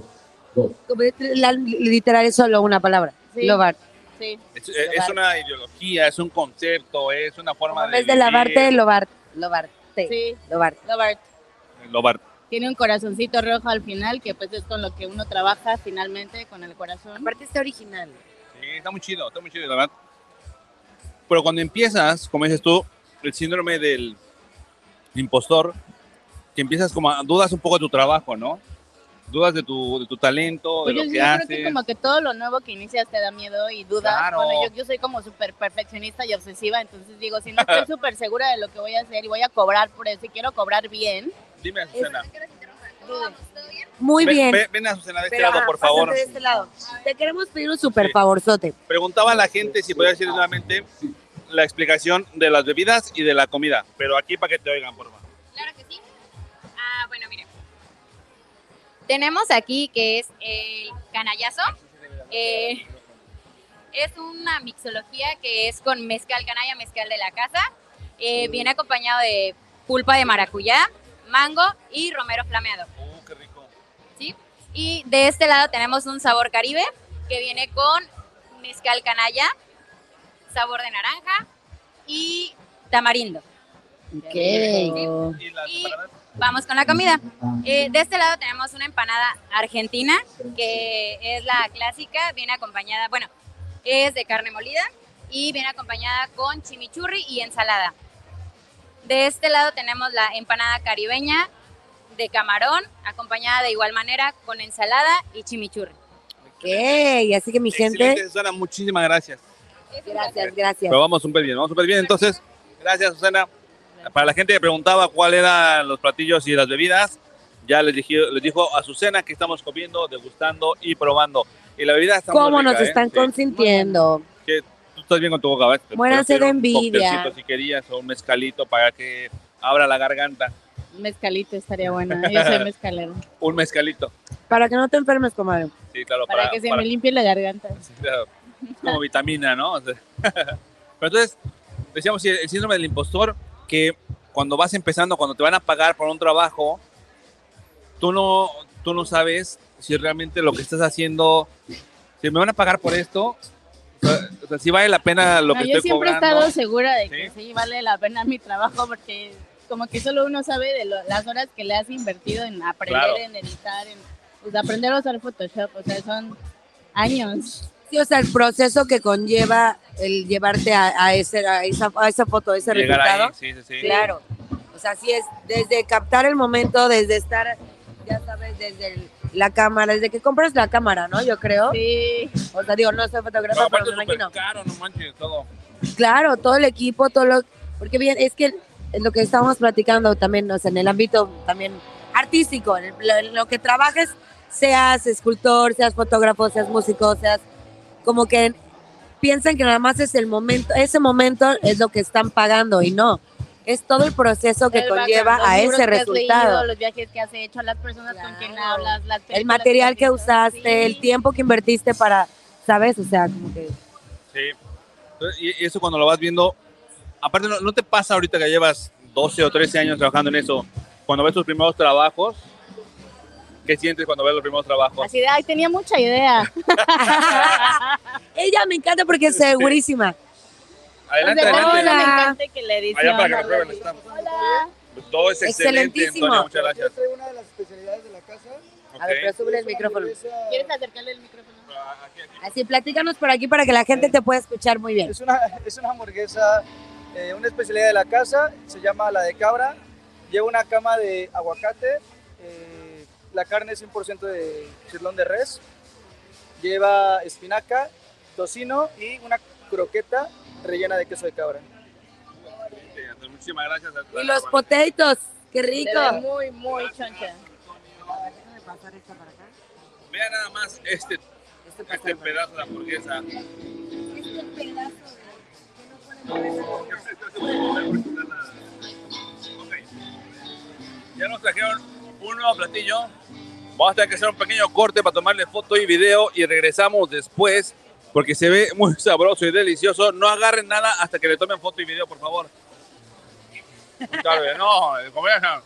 La- literal es solo una palabra.
Sí.
Lobar.
Sí.
Es, es- es una ideología, es un concepto, es una forma
En
de.
vez de
vivir.
lavarte, lobar. Lobarte.
Sí,
Lobar.
love art.
Lobar.
Tiene un corazoncito rojo al final, que pues es con lo que uno trabaja finalmente, con el corazón.
Aparte está original.
Sí, está muy chido, está muy chido, la verdad. Pero cuando empiezas, como dices tú, el síndrome del impostor, que empiezas como a dudas un poco de tu trabajo, ¿no? Dudas de tu, de tu talento,
Pues
de
yo,
lo
yo
que
creo
haces.
que como que todo lo nuevo que inicias te da miedo y dudas.
Claro.
Bueno, yo, yo soy como súper perfeccionista y obsesiva, entonces digo, si
*laughs*
no estoy súper segura de lo que voy a hacer y voy a cobrar por eso y quiero cobrar bien,
Dime, Azucena.
No quiero que interrumpa. ¿Cómo vamos? ¿Todo bien?
Muy
Ven-
bien.
ven- ven, Azucena de este
Pero,
lado,
ajá,
por favor.
pásate de este lado. Te queremos pedir un super favorzote.
Preguntaba a la gente si podía decir nuevamente la explicación de las bebidas y de la comida, pero aquí para que te oigan, por favor.
Claro que sí. Ah, bueno, mira. Tenemos aquí que es el canallazo. Eh, es una mixología que es con mezcal canalla, mezcal de la casa. Eh, viene acompañado de pulpa de maracuyá, mango y romero flameado.
Uh, qué rico.
¿sí? Y de este lado tenemos un sabor caribe que viene con mezcal canalla, sabor de naranja y tamarindo.
Ok.
¿Y las
Y-
empanadas?
Vamos con la comida. Eh, de este lado tenemos una empanada argentina, que es la clásica, viene acompañada, bueno, es de carne molida y viene acompañada con chimichurri y ensalada. De este lado tenemos la empanada caribeña de camarón, acompañada de igual manera con ensalada y chimichurri.
Ok. Así que mi
Excelente,
gente,
Susana, muchísimas gracias.
gracias, gracias.
Pero vamos súper bien, vamos súper bien. Entonces, gracias, Susana. Para la gente que preguntaba cuál eran los platillos y las bebidas, ya les, dije, les dijo a Susana que estamos comiendo, degustando y probando. Y la bebida está muy
¿Cómo
rica,
nos
¿eh?
están
Sí.
consintiendo?
Tú estás bien con tu boca, ¿verdad? Te
Muéranse
puedes
de
hacer un
envidia.
coctelcito Si querías, o un mezcalito para que abra la garganta.
mezcalito estaría buena.
*laughs*
Yo soy mezcalero.
Un mezcalito.
Para que no te enfermes, comadre.
Sí, claro,
Para,
para,
que se
para-
me limpie la garganta.
Sí, claro. Es como vitamina, ¿no? O sea, *laughs* Pero entonces, decíamos, sí, el síndrome del impostor, que cuando vas empezando, cuando te van a pagar por un trabajo, tú no, tú no sabes si realmente lo que estás haciendo, si me van a pagar por esto, o sea, o sea, si vale la pena lo
No,
que
yo
estoy
siempre he
cobrando.
estado segura de que sí vale la pena mi trabajo porque como que solo uno sabe de lo- las horas que le has invertido en aprender,
Claro.
en editar, en pues, aprender a usar Photoshop. O sea, son años.
Sí, o sea, el proceso que conlleva el llevarte a, a ese, a, esa, a esa foto, a ese
Llegar
resultado.
ahí, sí, sí, sí.
Claro. O sea, sí es desde captar el momento, desde estar, ya sabes, desde el- la cámara, desde que compras la cámara, ¿no? Yo creo.
Sí.
O sea, digo, no soy
No,
fotógrafa, pero
aparte
me
es súper
imagino.
caro, no manches, todo.
Claro, todo el equipo, todo lo... Porque bien, es que en lo que estábamos platicando también, o sea, en el ámbito también artístico, en, el- en lo que trabajes, seas escultor, seas fotógrafo, seas músico, seas como que piensan que nada más es el momento, ese momento es lo que están pagando y no, es todo el proceso que
El
conlleva
background,
a
los libros
ese
que has
resultado.
leído, los viajes que has hecho, las personas con quien
Claro.
hablas, las
el
películas
material
has
que
visto.
usaste,
Sí.
el tiempo que invertiste para, ¿sabes? O sea, como que...
Sí. Entonces, Y y eso cuando lo vas viendo, aparte no, no te pasa ahorita que llevas 12 o 13 años trabajando en eso, cuando ves tus primeros trabajos, ¿qué sientes cuando ves los primeros trabajos?
Así de, ay, tenía mucha
*laughs*
idea.
Ella me encanta porque es segurísima.
Adelante,
O
adelante.
sea, por eso me
Hola.
encanta que la edición
Allá para que lo
habla
prueben,
de-
está.
Hola.
Todo es excelente,
Excelentísimo.
Antonio, muchas gracias.
Quiero hacer una de las especialidades de la casa.
A ver, pero
Ok.
sube el
Es una
micrófono.
hamburguesa-
¿Quieres acercarle el micrófono?
Aquí, aquí.
Así, platícanos por aquí para que la gente te pueda escuchar muy bien.
Es una, *laughs* es una hamburguesa, eh, una especialidad de la casa, se llama la de cabra. Lleva una cama de aguacate, eh, la carne es 100% de chirlón de res, lleva espinaca, tocino y una croqueta rellena de queso de cabra.
Entonces, Muchísimas gracias.
Y los potatoes, qué
Se
rico.
ve muy, muy choncha.
Vean nada más este, este pedazo de hamburguesa. Ok. Ya nos trajeron un nuevo platillo. Vamos a tener que hacer un pequeño corte para tomarle foto y video y regresamos después porque se ve *laughs* muy sabroso y delicioso. No agarren nada hasta que le tomen foto y video, por favor. Tarde, no, de comer. no.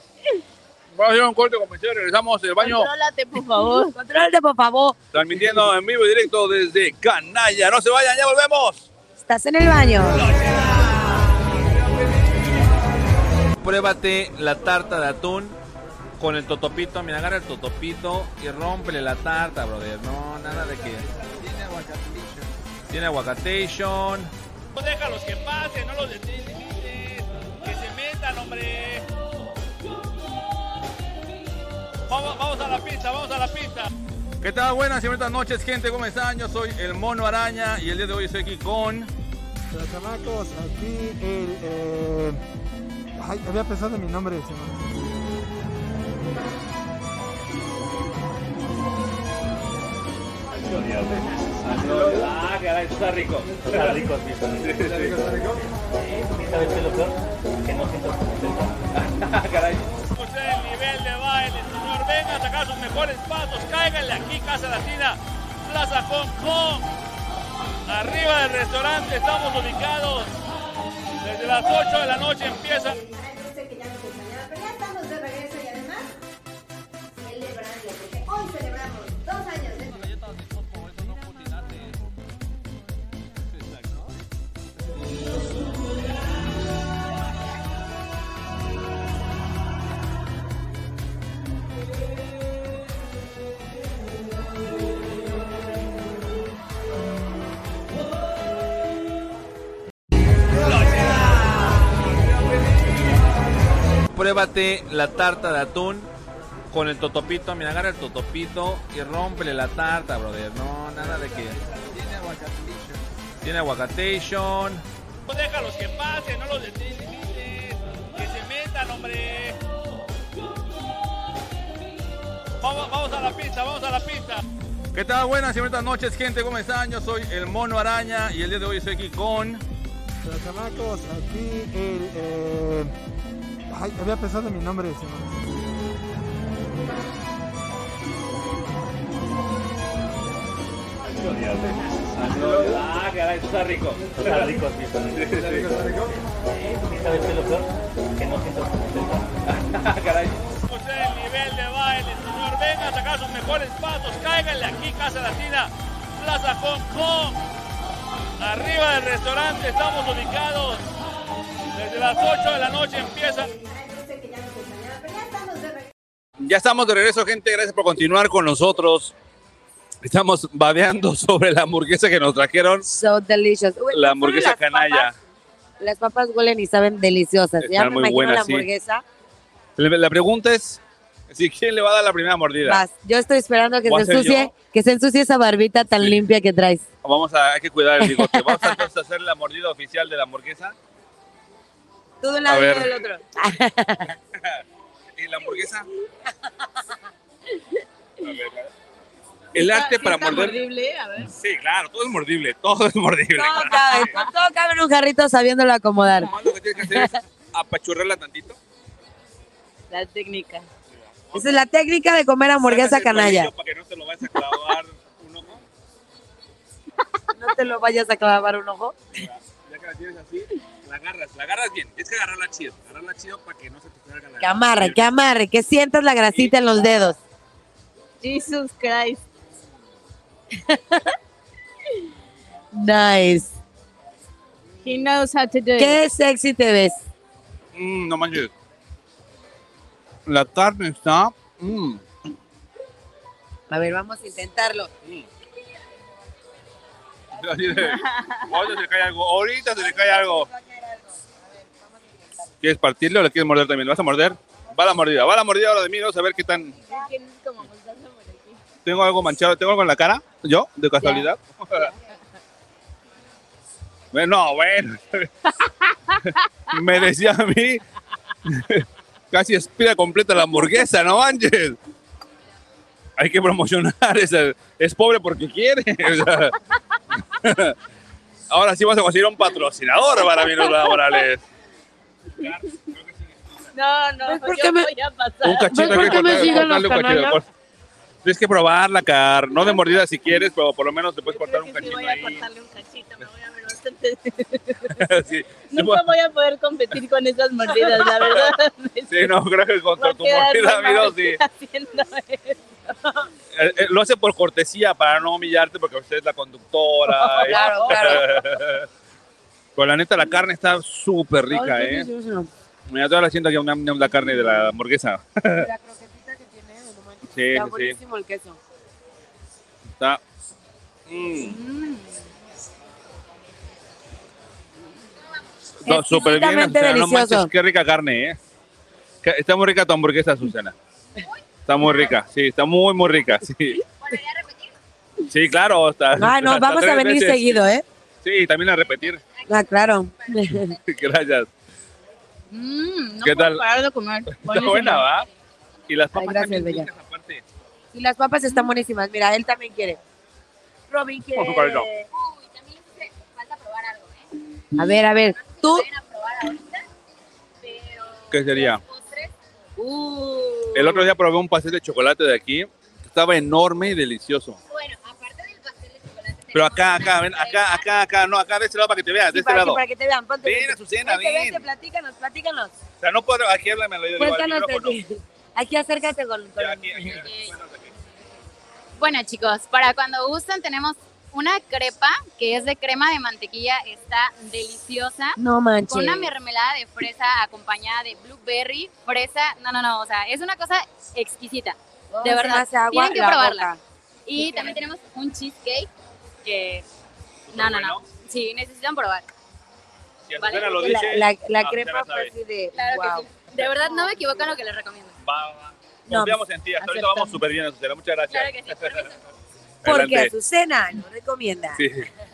Vamos a hacer un corte comercial, regresamos del baño
Contrólate, por
*laughs*
favor.
Contrólate, por favor.
transmitiendo en vivo y directo desde Canalla. No se vayan, ya volvemos.
Estás en el baño.
Pruébate la tarta de atún con el totopito. Mira, agarra el totopito y rómpele la tarta, brother. No, nada de que. Tiene aguacatation.
No Pues déjalos que pasen, no los deslimites. Que se metan, hombre. Vamos, vamos a la pista, vamos a la pista.
¿Qué tal? Buenas y buenas noches, gente. ¿Cómo están? Yo soy el Mono Araña y el día de hoy estoy aquí con...
Pero chamacos, aquí el. eh, Ay, había pensado en mi nombre. se me-
Ah, caray, está rico. Está rico, sí. Está rico, está rico. ¿Sabes qué es lo peor? Que no siento *laughs* Ah, caray. Usted el nivel de baile, señor. Venga a sacar sus mejores pasos. Cáiganle aquí, Casa Latina, Plaza Hong Kong. Arriba del restaurante estamos ubicados. Desde las 8 de la noche empieza.
Ay, yo sé que ya nos extrañaba, pero ya estamos de regreso y además celebrando, porque hoy celebramos dos años de...
Pruébate la tarta de atún con el totopito. Mira, agarra el totopito y rómpele la tarta, brother. No, nada de que. Tiene aguacatation.
No Pues déjalos que pasen, no los deslimites. Que se metan, hombre. Vamos, vamos a la pista, vamos a la pista.
¿Qué tal? Buenas y buenas noches, gente. ¿Cómo están? Yo soy el Mono Araña y el día de hoy estoy aquí con...
Pero chamacos, aquí el. eh, Ay, había pensado en mi nombre. se me-
Ah, caray, está rico. Está rico, sí. Está rico, está rico. ¿Sabes qué es lo peor? Que no siento Ah, caray. Usted el nivel de baile, señor. Venga a sacar sus mejores pasos. Cáiganle aquí, Casa Latina, Plaza Hong Kong. Arriba del restaurante estamos ubicados. Desde las 8 de la noche empieza.
Ay, yo sé que ya nos extrañaba, pero ya estamos de regreso.
Ya estamos de regreso, gente. Gracias por continuar con nosotros. Estamos babeando sobre la hamburguesa que nos trajeron.
So delicious. Uy,
La
no
hamburguesa
solo las
canalla.
papas, las papas huelen y saben deliciosas. ya
Están
me
muy
imagino
buenas,
la
sí.
hamburguesa.
La la pregunta es si quién le va a dar la primera mordida.
Vas, yo estoy esperando que
¿Voy
se
a hacer
ensucie, que se ensucie esa barbita tan
Sí.
limpia que traes.
Vamos a hay que cuidar el bigote. Vamos a entonces a hacer la mordida oficial de la hamburguesa.
Tú de un
A
lado y
ver.
yo del otro.
*laughs* ¿Y la hamburguesa? A ver, a ver. El
Ah,
arte para morder.
Mordible, a ver.
Sí, claro, todo es mordible, todo es mordible.
Todo cabe, todo cabe en un jarrito sabiéndolo acomodar.
Lo que tienes que hacer es apachurrarla tantito.
La técnica.
Esa es la técnica de comer hamburguesa
Sacas el
canalla.
colmillo Para que no te lo vayas a clavar un ojo.
No te lo vayas a clavar un ojo.
Ya que la tienes así, la agarras, la agarras bien. Tienes que agarrarla chido, agarrarla chido para que no se te salga la.
Que amarre, que amarre, que sientas la grasita en los dedos.
Jesus Christ.
Nice.
He knows how to do it.
Qué sexy te ves.
Mm, no manches. La carne está. mm.
A ver, vamos a intentarlo.
*laughs* Así de, Ahorita se le cae algo. Ahorita se le cae algo. ¿Quieres partirle o le quieres morder también? ¿Lo ¿Vas a morder? Va la mordida, va la mordida ahora de mí. Vamos a ver qué tan.
Tienes como mostaza por aquí.
Tengo algo manchado, tengo algo en la cara. ¿Yo? ¿De casualidad? *laughs* bueno, bueno. Me decía a mí. *laughs* Casi expira completa la hamburguesa, no manches. Hay que promocionar. Es, es pobre porque quiere. *laughs* o sea. Ahora sí vas a conseguir un patrocinador para Minuto Morales.
No, no,
¿Ves Pues, por
yo
qué me-
voy a pasar.
Un cachito
¿Ves por
hay que
qué me
cortar-
siguen los
cortarle un cachito.
canallas?
Tienes que probarla, Car. No de mordida si quieres, pero por lo menos te puedes
Yo creo
cortar un
que sí
cachito
voy a
ahí.
cortarle un cachito, me voy a ver. bastante.
*laughs* sí,
Nunca voy a poder competir con esas mordidas,
*laughs*
la verdad.
sí, no, creo que
Voy
contra
a
tu
quedar
mordida,
mal
amigo, sí.
haciendo eso.
Eh, eh, lo hace por cortesía para no humillarte porque usted es la
*laughs*
conductora. y-
Claro,
*laughs* Pero la neta, la carne está súper rica,
Ay, qué
¿eh?
delicioso.
Mira, toda la siento aquí, ñam, ñam, la carne de la hamburguesa.
La croquetita que tiene, no manches.
*laughs* Sí,
Está
sí, sí.
buenísimo el *laughs* queso.
Está. Mm, está súper bien,
Exquisitamente
Azucena, No
delicioso.
manches, qué rica carne, ¿eh? Que- Está muy rica tu hamburguesa, Susana. Está muy rica, sí, está muy, muy rica. Sí,
¿Volvería a repetir?
sí claro. Está,
Ay, no,
hasta
Ah, vamos a
tres
venir
veces.
seguido, ¿eh?
Sí, también a repetir. *laughs*
Ah, claro.
Gracias.
Mm, no
¿Qué
puedo
tal?
parar de comer.
Está
Buenísimo.
buena, ¿va? Y las papas
gracias,
también
Bella.
ricas aparte.
Y las papas están buenísimas. Mira, él también quiere. Robin quiere.
Por supuesto.
Uy, también se- falta probar algo, ¿eh?
A ver, a ver. Tú,
Vayan a probar ahorita, pero...
¿Qué sería?
los postres,
El otro día probé un pastel de chocolate de aquí. Estaba enorme y delicioso.
Bueno, aparte del pastel de chocolate...
Pero
tenemos
acá,
una
acá, ven, acá, acá, acá, no, acá de este lado para que te veas, de
sí,
este
para, que,
lado.
para que te vean, ponte.
Ven,
vente.
Azucena,
Vente,
ven.
vente, platícanos, platícanos.
O sea, no puedo, aquí háblame al oído, digo, al
Cuéntanos de
micrófono.
ti. Aquí acércate con, con
Ya, aquí, aquí,
Eh,
cuéntanos aquí.
Bueno, chicos, para cuando gusten tenemos una crepa que es de crema de mantequilla, está deliciosa.
No manches.
Con una mermelada de fresa acompañada de blueberry, fresa, no, no, no, o sea, es una cosa exquisita. de
Se me
verdad,
hace agua
tienen que
la
probarla.
boca.
Y también tenemos un cheesecake que, no, no, no,
bueno.
sí, necesitan probar.
Si Azucena
Vale.
lo
La,
dice,
la- la
ah, ya
crepa
la sabe.
fue así de.
Claro que
wow.
sí. De verdad, no me equivoco en lo que les recomiendo.
va, va.
No,
Confiamos en ti, hasta ahorita
aceptamos.
vamos súper bien, Azucena, muchas gracias.
Claro que sí, permiso.
Porque
Adelante.
Azucena nos recomienda.
Sí.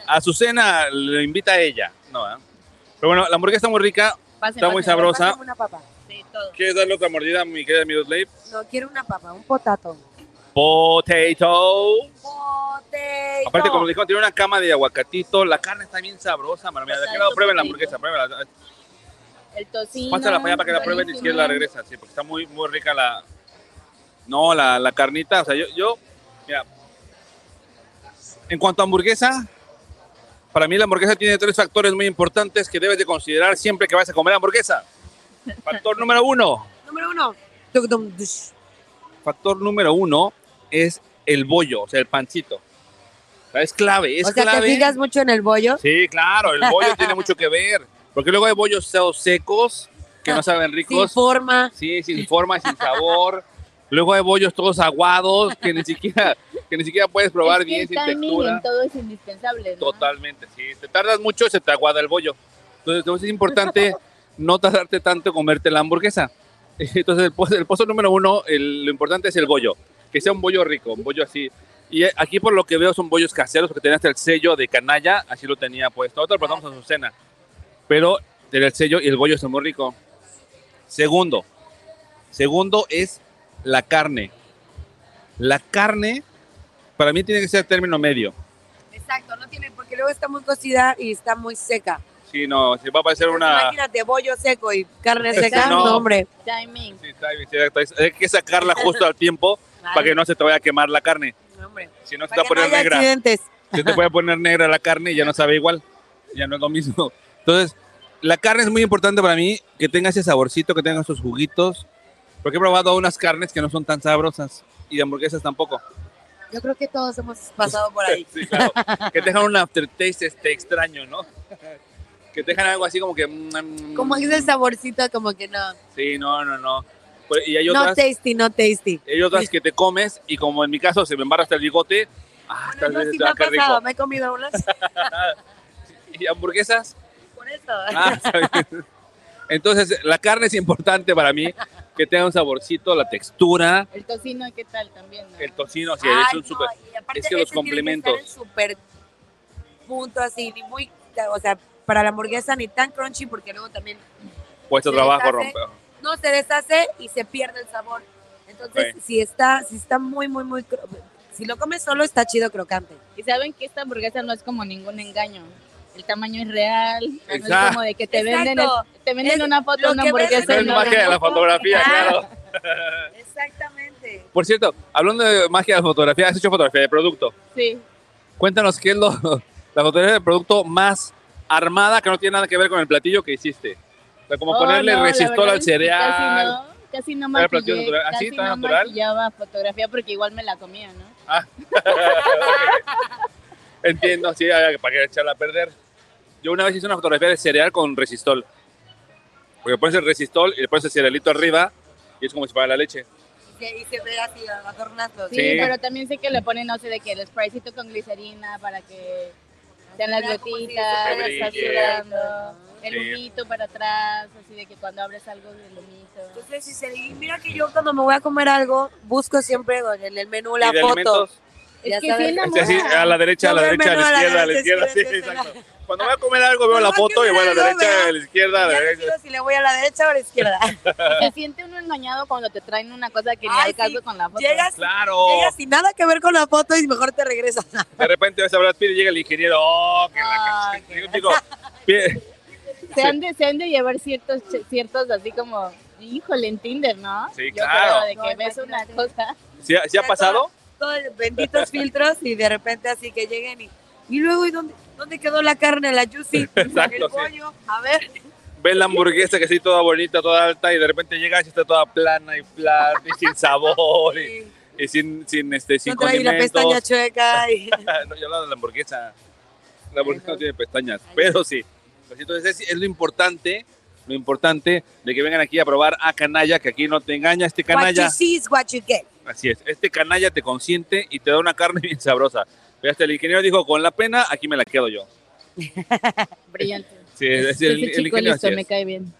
Azucena lo invita a ella, ¿no? ¿eh? Pero bueno, la hamburguesa está muy rica.
Pásenla.
Está muy sabrosa.
Pásame una papa.
Sí, todo.
¿Quieres darle otra mordida a mi querida amigo Slave?
No, quiero una papa, un potato.
Potato.
Potato.
Aparte, como dijo, tiene una cama de aguacatito. La carne está bien sabrosa, mano. Mira, de aquel lado prueben la hamburguesa, pruébenla.
El tocino.
Pásala para allá para que la prueben y si
buenísimo.
quieres la regresa, sí, porque está muy, muy rica la. No, la, la carnita. O sea, yo, yo. Mira. En cuanto a hamburguesa, para mí la hamburguesa tiene tres factores muy importantes que debes de considerar siempre que vas a comer hamburguesa. Factor número uno.
Número uno. Tuk, tum, dush.
Factor número uno es el bollo, o sea, el pancito. O sea, es clave, es
o sea,
clave.
te fijas mucho en el bollo.
Sí, claro, el bollo tiene mucho que ver. Porque luego hay bollos so- secos que
Ah,
no saben
Sin
ricos.
forma.
Sí, sin forma, y sin sabor. Luego hay bollos todos aguados que ni siquiera, que ni siquiera puedes probar
Es que
bien
el
sin
timing
textura.
en todo es indispensable. ¿no?
Totalmente, sí. Te tardas mucho, se te aguada el bollo. Entonces, entonces es importante no tardarte tanto en comerte la hamburguesa. *laughs* Entonces, el pozo, el pozo número uno, el- lo importante es el bollo. Que sea un bollo rico, un bollo así. Y eh, aquí, por lo que veo, son bollos caseros, porque tenía hasta el sello de canalla, así lo tenía puesto. Ahorita lo pasamos a su cena. Pero tenía el sello y el bollo está muy rico. Segundo, segundo es la carne. La carne, para mí, tiene que ser término medio.
Exacto, no tiene, porque luego está muy cocida y está muy seca.
Sí, no, se va a parecer una...
Imagínate, bollo seco y carne
Exacto.
seca.
No.
No, hombre.
Timing.
Sí, está bien, sí, está bien. Hay que sacarla justo al tiempo para que no se te vaya a quemar la carne.
No, hombre.
Si no, se te va
Para
a
que no
poner
haya
negra.
accidentes.
Se te puede poner negra la carne y ya no sabe igual. Ya no es lo mismo. Entonces, la carne es muy importante para mí, que tenga ese saborcito, que tenga esos juguitos. Porque he probado unas carnes que no son tan sabrosas y de hamburguesas tampoco.
Yo creo que todos hemos pasado por ahí.
Sí, claro. que tengan un aftertaste este extraño, ¿no? Que tengan algo así como que... mm,
Como es el saborcito, como que no.
Sí, no, no, no. Pues, Y hay otras...
No tasty, no tasty.
hay otras que te comes y como en mi caso se me embarra hasta el bigote, ah,
Bueno,
tal
yo
vez,
sí me
ah,
ha
qué
pasado,
rico.
me he comido unas. *laughs*
Y hamburguesas,
Por eso.
ah, está
*laughs*
bien. entonces la carne es importante para mí, que tenga un saborcito, la textura,
El tocino, ¿qué tal también? no?
el tocino, sí,
Ay,
es un
no,
súper-
y aparte
es que los
ese tiene
complementos.
estar en súper punto así, ni muy, o sea, para la hamburguesa ni tan crunchy porque luego también
puesto
se
trabajo
deshace.
romper.
no se deshace y se pierde el sabor. Entonces, si está, si está muy, muy, muy, cro- si lo comes solo está chido crocante.
Y saben que esta hamburguesa no es como ningún engaño. El tamaño es real. No es
Exacto.
como de que te venden,
Exacto.
el- te venden
Es
una foto
lo
de una
que ves en
No
hamburguesa.
es
y no Ah.
magia de la fotografía, claro.
Exactamente.
Por cierto, hablando de magia de la fotografía, has hecho fotografía de producto.
Sí.
*laughs* Cuéntanos qué es lo, la fotografía de producto más armada que no tiene nada que ver con el platillo que hiciste. O sea, como
Oh,
ponerle
no, la
resistor
verdad
al
es que
cereal.
Casi no, casi no
Era platillo
maquillé,
natural. ¿Así,
casi
tan
no
natural?
maquillaba fotografía porque igual me la comía, ¿no?
Entiendo, sí, ah, para que echarla a perder. Yo una vez hice una fotografía de cereal con resistol. Porque pones el resistol y le pones el cerealito arriba y es como si fuera la leche.
Y se ve así a adornazos.
Sí,
Sí.
pero también sé que le ponen, no sé, de que el spraycito con glicerina para que sean las
Era como si
gotitas,
se
estás
brille.
sudando, el
Sí.
humito para atrás, así de que cuando abres algo, el humito.
Entonces, si se di- mira que yo cuando me voy a comer algo, busco siempre en el menú la
¿Y de
foto.
alimentos?
Ya
Es que
sabes.
sí enamora.
Así, Este, así, a la derecha, a la
Yo me
derecha, a la
menú,
izquierda, a la izquierda. Sí,
izquierda,
exacto. Cuando voy a comer algo veo la
Cuando voy a
foto y voy a la
comer algo,
derecha, a
veo.
la izquierda, a la
Ya
derecha.
decido si le voy a la derecha o a la
*laughs*
izquierda.
Se siente uno engañado cuando te traen una cosa que ni
Ay,
al caso
sí.
con la foto.
Llegas,
Claro.
llegas sin nada que ver con la foto y mejor te regresas.
De repente ves a Brad Pitt y llega el ingeniero. ¡Oh, que
Ah,
la
qué
Yo digo, pie-
se, han de, se han de llevar ciertos, ch- ciertos así como, híjole, en Tinder, ¿no?
Sí,
Yo
claro.
creo de que
No,
ves una
imagínate.
cosa.
¿Sí, ha- sí ha pasado?
Todos los benditos filtros y de repente así que lleguen y, y luego, ¿y dónde, dónde quedó la carne, la juicy,
*laughs* Exacto,
el
sí.
pollo? A ver,
Ves la hamburguesa que sí, toda bonita, toda alta, y de repente llegas y está toda plana y plana y sin sabor y,
sí,
y sin, sin, este, sin
no traí la
condimentos. *laughs*
pestaña chueca. Y...
no, yo hablaba de la hamburguesa. La hamburguesa no tiene pestañas, pero sí. Pues Entonces es, es lo importante, lo importante de que vengan aquí a probar a Canalla, que aquí no te engaña este
What you
Canalla.
see is what you get.
Así es, este Canalla te consiente y te da una carne *laughs* bien sabrosa. Pero hasta el ingeniero dijo, con la pena, aquí me la quedo yo.
Brillante.
Sí, es decir, el, el
Ese Este chico
ingeniero
listo,
así
me
es.
cae bien.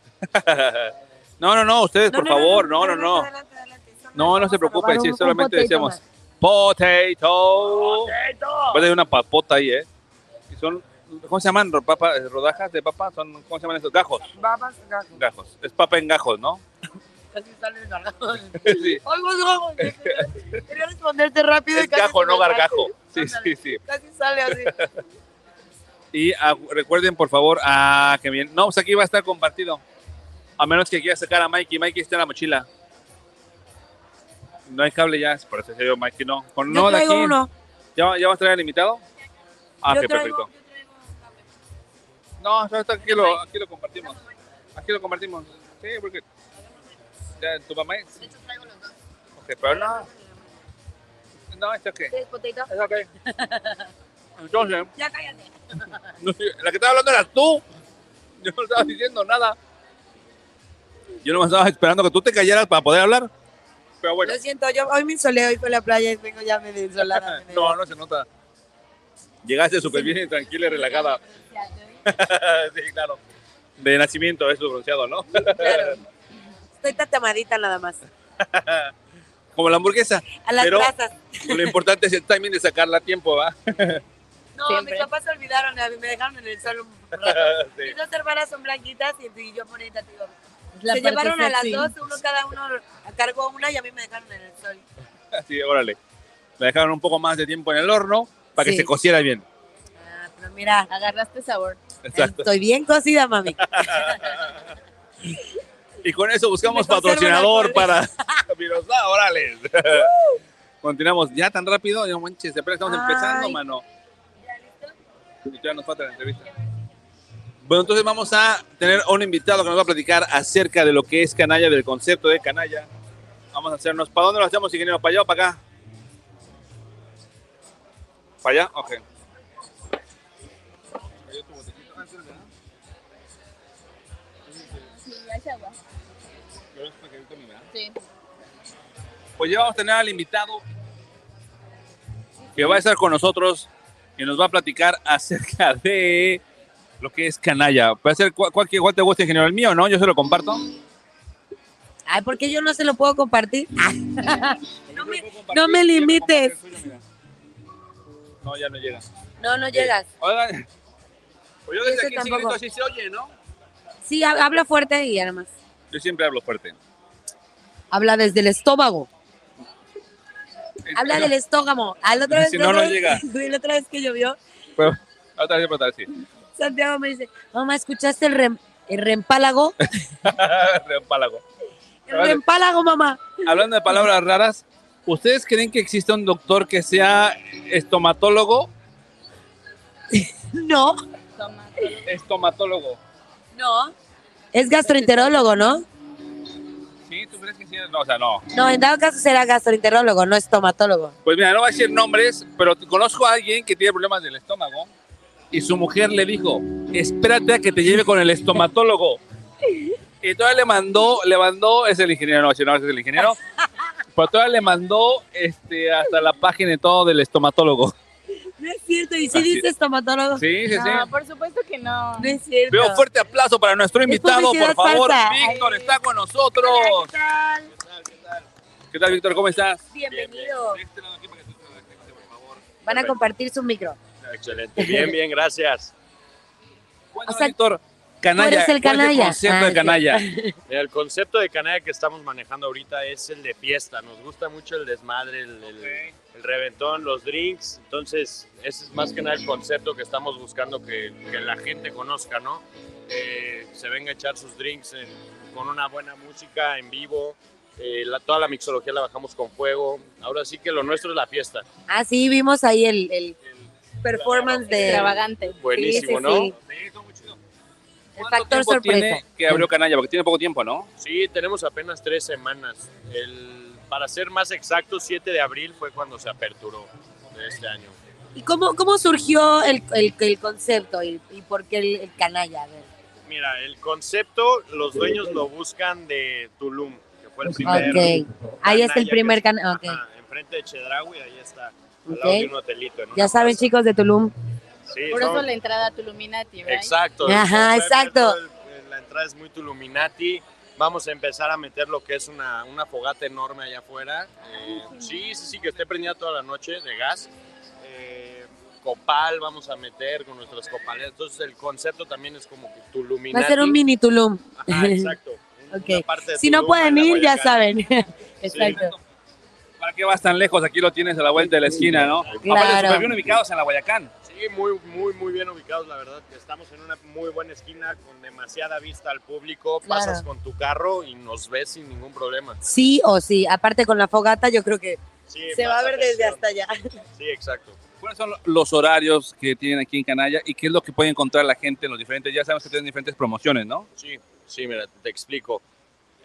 No, no, no, ustedes, por favor, no, no, no.
adelante, adelante, adelante.
No, no se
Vamos a
preocupe,
robar
sí,
un- un
solamente
potato
decíamos
más.
potato. Aparte hay una papota ahí, ¿eh? Y son, ¿cómo se llaman? Ro- papa- rodajas de papa, son, ¿cómo se llaman esos? Gajos,
Babas, gajo.
gajos. Es papa en gajos, ¿no? *laughs*
Casi sale el gargajo.
sí.
Oigo, oigo, Quería responderte rápido. y
Es
casi
gajo,
se
no
me
gargajo. Sí, sí,
Ándale.
sí.
Casi sale así.
*laughs* Y ah, recuerden, por favor, ah, que bien. No, pues aquí va a estar compartido. A menos que quiera sacar a Mikey. Mikey está en la mochila. No hay cable ya, por eso se dio Mikey, no. Con
Yo
no de
traigo
aquí.
uno.
¿Ya, va- ¿Ya vas a traer al invitado? Ah,
Yo
qué
traigo-
perfecto. No, no, está- aquí lo, aquí lo compartimos. Aquí lo compartimos. Sí, porque. Ya, ¿Tu mamá es?
De hecho, traigo los dos.
Ok, pero no. No, está ok.
¿Quieres potato?
Está ok. Entonces,
Ya cállate.
*laughs* no, la que estaba hablando eras tú. Yo no estaba diciendo nada. Yo nomás estaba esperando que tú te callaras para poder hablar. Pero bueno.
Lo siento, yo hoy me insolé, hoy fue la playa y vengo ya medio insolada.
*laughs* No, no se nota. Llegaste súper bien, tranquila y relajada. *laughs* sí, claro. De nacimiento es tu bronceado, ¿no? *laughs*
Claro. Estoy tatamadita nada más.
Como la hamburguesa.
A las
Pero-
plazas.
Lo importante es el timing de sacarla a tiempo, ¿va? *laughs*
No,
Siempre.
mis papás se olvidaron, a mí me dejaron en el sol un rato.
Sí.
Mis dos hermanas son blanquitas y y yo bonita, te digo.
Es la
se
parte
llevaron a las
sexy.
dos, uno cada uno cargó una y a mí me dejaron en el sol.
Así, órale. La dejaron un poco más de tiempo en el horno para que
Sí.
se cociera bien.
Ah, pero mira,
Agarraste sabor.
Exacto.
estoy bien
*laughs*
cocida, mami.
Y con eso buscamos
Me conservan
patrocinador
alcohol.
para *laughs* Mirosá, órale. Continuamos ya tan rápido, no manches, apenas estamos
Ay.
empezando, mano. Y Ya nos falta la entrevista. Bueno, entonces vamos a tener a un invitado que nos va a platicar acerca de lo que es canalla, del concepto de canalla. Vamos a hacernos. ¿Para dónde lo hacemos, ingeniero? ¿Para allá o para acá? ¿Para allá? Ok.
Sí, ya se agua. Sí.
Pues ya vamos a tener al invitado que va a estar con nosotros y nos va a platicar acerca *laughs* de lo que es canalla. Puede ser cual, cual, cual te guste en general, el mío, ¿no? Yo se lo comparto.
Ay, ¿por qué yo no se lo puedo compartir? Ah, No me- no me limites.
No, ya no llega. Eh,
no, no llegas.
Hola. Pues yo
Ese
desde aquí sí
tampoco.
grito, así se oye, ¿no?
Sí, ha- habla fuerte y además.
Yo siempre hablo fuerte.
Habla desde el estómago. Habla
Pero-
del estómago. Ah, la otra vez,
Si
la
no,
otra
no
vez- *laughs*
llega.
güey, la otra vez que llovió,
pero- *laughs* Otra vez, otra vez, sí. *laughs*
Santiago me dice, mamá, ¿escuchaste el, rem-
*laughs*
el rempálago?
Reempálago.
El rempálago, mamá.
Hablando de palabras raras, ¿ustedes creen que existe un doctor que sea estomatólogo?
No,
Toma.
Estomatólogo.
No,
Es gastroenterólogo, ¿no?
¿Sí? ¿Tú crees que sí? No, o sea, no.
No, en dado caso será gastroenterólogo, no estomatólogo.
Pues mira, no voy a decir nombres, pero te- conozco a alguien que tiene problemas del estómago y su mujer le dijo, espérate a que te lleve con el estomatólogo. Y todavía le mandó, le mandó, es el ingeniero, no, si no es el ingeniero, pero todavía le mandó este, hasta la página y todo del estomatólogo.
No es cierto, y
Así-
sí dice estomatólogo.
Sí, sí, sí.
Ah,
No, por supuesto que no.
No es cierto.
Veo fuerte aplauso para nuestro invitado, por
publicidad
favor.
falsa.
Víctor está con nosotros. ¿Qué tal? ¿Qué tal, Víctor? ¿Cómo estás?
Bienvenido. Van a compartir su micro.
Excelente. Bien, bien, gracias.
Cuéntanos,
O sea,
Víctor, canalla.
tú eres
¿cuál
el
es
canalla?
concepto de
Ah,
canalla?
Mira, El concepto de canalla que estamos manejando ahorita es el de fiesta. Nos gusta mucho el desmadre, el, el- el reventón, los drinks. Entonces, ese es más que nada el concepto que estamos buscando que, que la gente conozca, ¿no? Eh, se venga a echar sus drinks en- con una buena música en vivo. Eh, la- toda la mixología la bajamos con fuego. Ahora sí que lo nuestro es la fiesta.
Ah, sí, vimos ahí el, el performance de...
Extravagante.
Buenísimo,
sí,
¿no?
sí. El
¿Cuánto
factor
tiempo
sorpresa.
tiene que abrió Canalla? Porque tiene poco tiempo, ¿no?
Sí, tenemos apenas tres semanas. El, para ser más exacto, 7 de abril fue cuando se aperturó de este año.
¿Y cómo, cómo surgió el, el- el concepto y, y por qué el, el canalla? A ver.
Mira, el concepto, los dueños lo buscan de Tulum, que fue el primer.
Ok, ahí está el
canalla
primer
que-
canalla.
Ajá, enfrente de Chedraui, ahí está. Al lado de
Ok,
un hotelito. en una
ya saben
plaza.
chicos de Tulum.
Sí,
Por
son-
eso la entrada a Tuluminati, ¿verdad?
Exacto.
Ajá,
Pueden ver
exacto.
todo el- la entrada es muy Tuluminati. Vamos a empezar a meter lo que es una, una fogata enorme allá afuera. Eh, sí, sí, sí, que esté prendida toda la noche de gas. Eh, copal vamos a meter con nuestras copaleras. Entonces el concepto también es como que Tuluminati.
Va a ser un mini Tulum. *laughs*
Ajá, exacto. Una
Ok.
parte de
Si no
Tulum en
pueden
la
ir, ya
Guayacán.
saben. *laughs* Exacto.
¿Para qué vas tan lejos? Aquí lo tienes a la vuelta de la esquina, ¿no? Aparte,
Claro.
súper bien ubicados en la Guayacán.
Sí, muy, muy, muy bien ubicados, la verdad. que Estamos en una muy buena esquina con demasiada vista al público.
Claro.
Pasas con tu carro y nos ves sin ningún problema.
Sí o sí, aparte con la fogata yo creo que
Sí,
se va a
más
ver desde
atención.
hasta allá.
Sí, exacto.
¿Cuáles son los horarios que tienen aquí en Canalla y qué es lo que puede encontrar la gente en los diferentes? Ya sabemos que tienen diferentes promociones, ¿no?
Sí, sí, mira, te explico.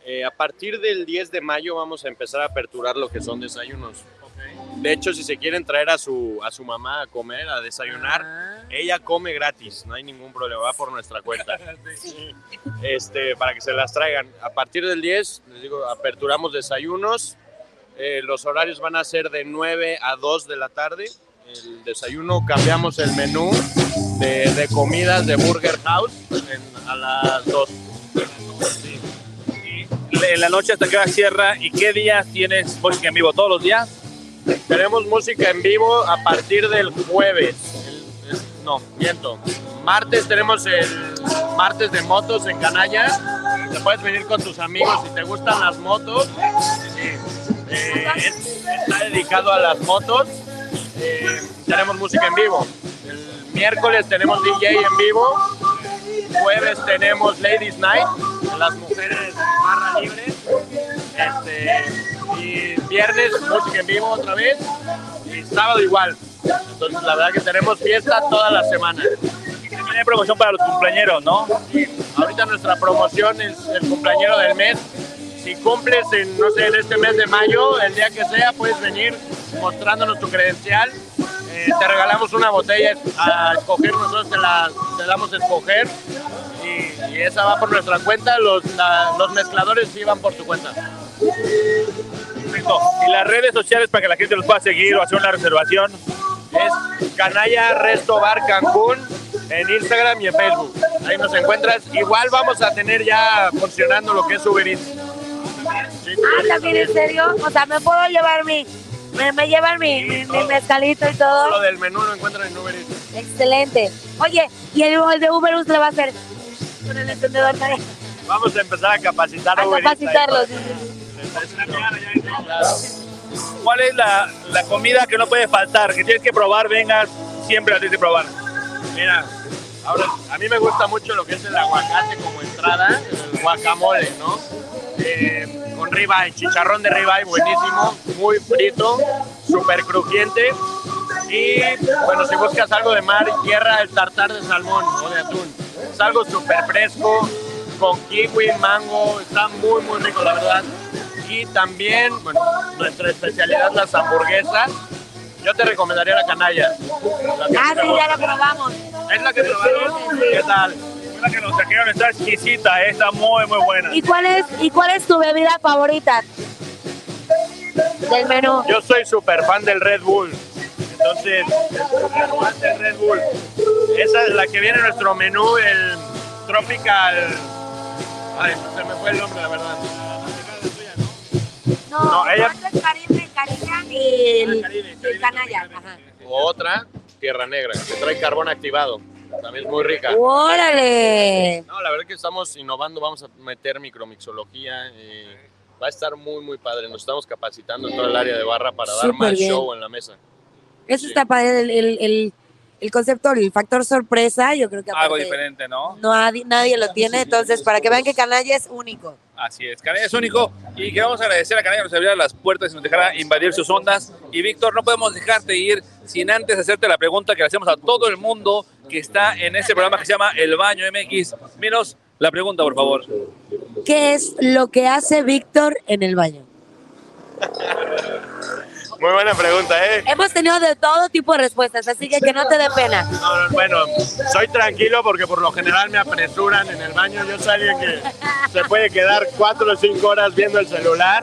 Eh, a partir del 10 de mayo vamos a empezar a aperturar lo que son desayunos. De hecho, si se quieren traer a su, a su mamá a comer, a desayunar,
Ah.
ella come gratis, no hay ningún problema, va por nuestra cuenta. Este, para que se las traigan. A partir del 10, les digo, aperturamos desayunos. Eh, los horarios van a ser de 9 a 2 de la tarde. El desayuno cambiamos el menú de, de comidas de Burger House en- a las 2.
Eh, En la noche hasta que cierra y qué días tienes música en vivo todos los días.
Tenemos música en vivo a partir del jueves. El- es- no, miento. Martes tenemos el martes de motos en Canalla. Te puedes venir con tus amigos si te gustan las motos. Eh, es- está dedicado a las motos. Eh, tenemos música en vivo. El miércoles tenemos DJ en vivo. Jueves tenemos Ladies Night, las mujeres barra libre. Este, y viernes música en vivo otra vez. Y sábado igual. Entonces la verdad que tenemos fiesta toda la semana.
Tiene promoción para los cumpleaños, ¿no?
Ahorita nuestra promoción es el cumpleañero del mes. Si cumples en, no sé, en este mes de mayo, el día que sea, puedes venir mostrándonos tu credencial. Eh, te regalamos una botella a escoger, nosotros te la, te damos a escoger. Y, y esa va por nuestra cuenta, los, la- los mezcladores sí van por tu cuenta.
Perfecto. Y las redes sociales para que la gente los pueda seguir o hacer una reservación.
Es Canalla Resto Bar Cancún en Instagram y en Facebook. Ahí nos encuentras. Igual vamos a tener ya funcionando lo que es Uber Eats. Sí,
Ah,
Uber Eats,
también en
Uber Eats.
serio, o sea, me puedo llevar mi, me, me llevan mi, mi, mi mezcalito y
Todo Lo
todo.
del menú lo encuentran en Uber Eats.
Excelente. Oye, ¿y el, el de Uberus le va a hacer? Con el encendedor para
Vamos a empezar a capacitar
a
Uber Eats ahí
capacitarlos.
para- Claro.
¿Cuál es la, la comida que no puede faltar? Que tienes que probar, vengas siempre la tienes que probar.
Mira, ahora a mí me gusta mucho lo que es el aguacate como entrada, el guacamole, ¿no? Eh, con ribeye, chicharrón de ribeye buenísimo, muy frito, súper crujiente. Y bueno, si buscas algo de mar y tierra, el tartar de salmón o de atún. Es algo súper fresco, con kiwi, mango, está muy, muy rico, la verdad. Y también, bueno, nuestra especialidad, las hamburguesas. Yo te recomendaría la canalla. La que
Ah, sí,
tenemos.
ya la probamos.
¿Es la que probaron? ¿Qué tal? La que nos saquearon está exquisita, está muy, muy buena.
¿Y cuál es, y cuál es tu bebida favorita? Del menú.
Yo soy súper fan del Red Bull. Entonces, súper fan del Red Bull. Esa es la que viene en nuestro menú, el Tropical. Ay, se me fue el nombre, la verdad.
No,
No, ella- Ah,
¿cuál es Caribe, Caribe y el, el canalla. Ajá.
Otra, Tierra Negra, que trae carbón activado. También es muy rica.
¡Órale!
No, la verdad que estamos innovando, vamos a meter micromixología. eh, va a estar muy, muy padre. Nos estamos capacitando en todo el área de barra para dar
Súper
más
bien.
show en la mesa.
Eso está padre, el, el, el- el concepto, el factor sorpresa, yo creo que
Algo
aparte
diferente, ¿no?
no ha- nadie lo tiene, entonces para que vean que Canalla es único.
Así es, Canalla es único y queremos agradecer a Canalla que nos abriera las puertas y nos dejara invadir sus ondas. Y Víctor, no podemos dejarte ir sin antes hacerte la pregunta que le hacemos a todo el mundo que está en este programa que se llama El Baño MX. Minos, la pregunta, por favor.
¿Qué es lo que hace Víctor en el baño?
Muy buena pregunta, ¿eh?
Hemos tenido de todo tipo de respuestas, así que que no te dé pena.
No, no, bueno, soy tranquilo porque por lo general me apresuran en el baño. Yo soy alguien que se puede quedar cuatro o cinco horas viendo el celular,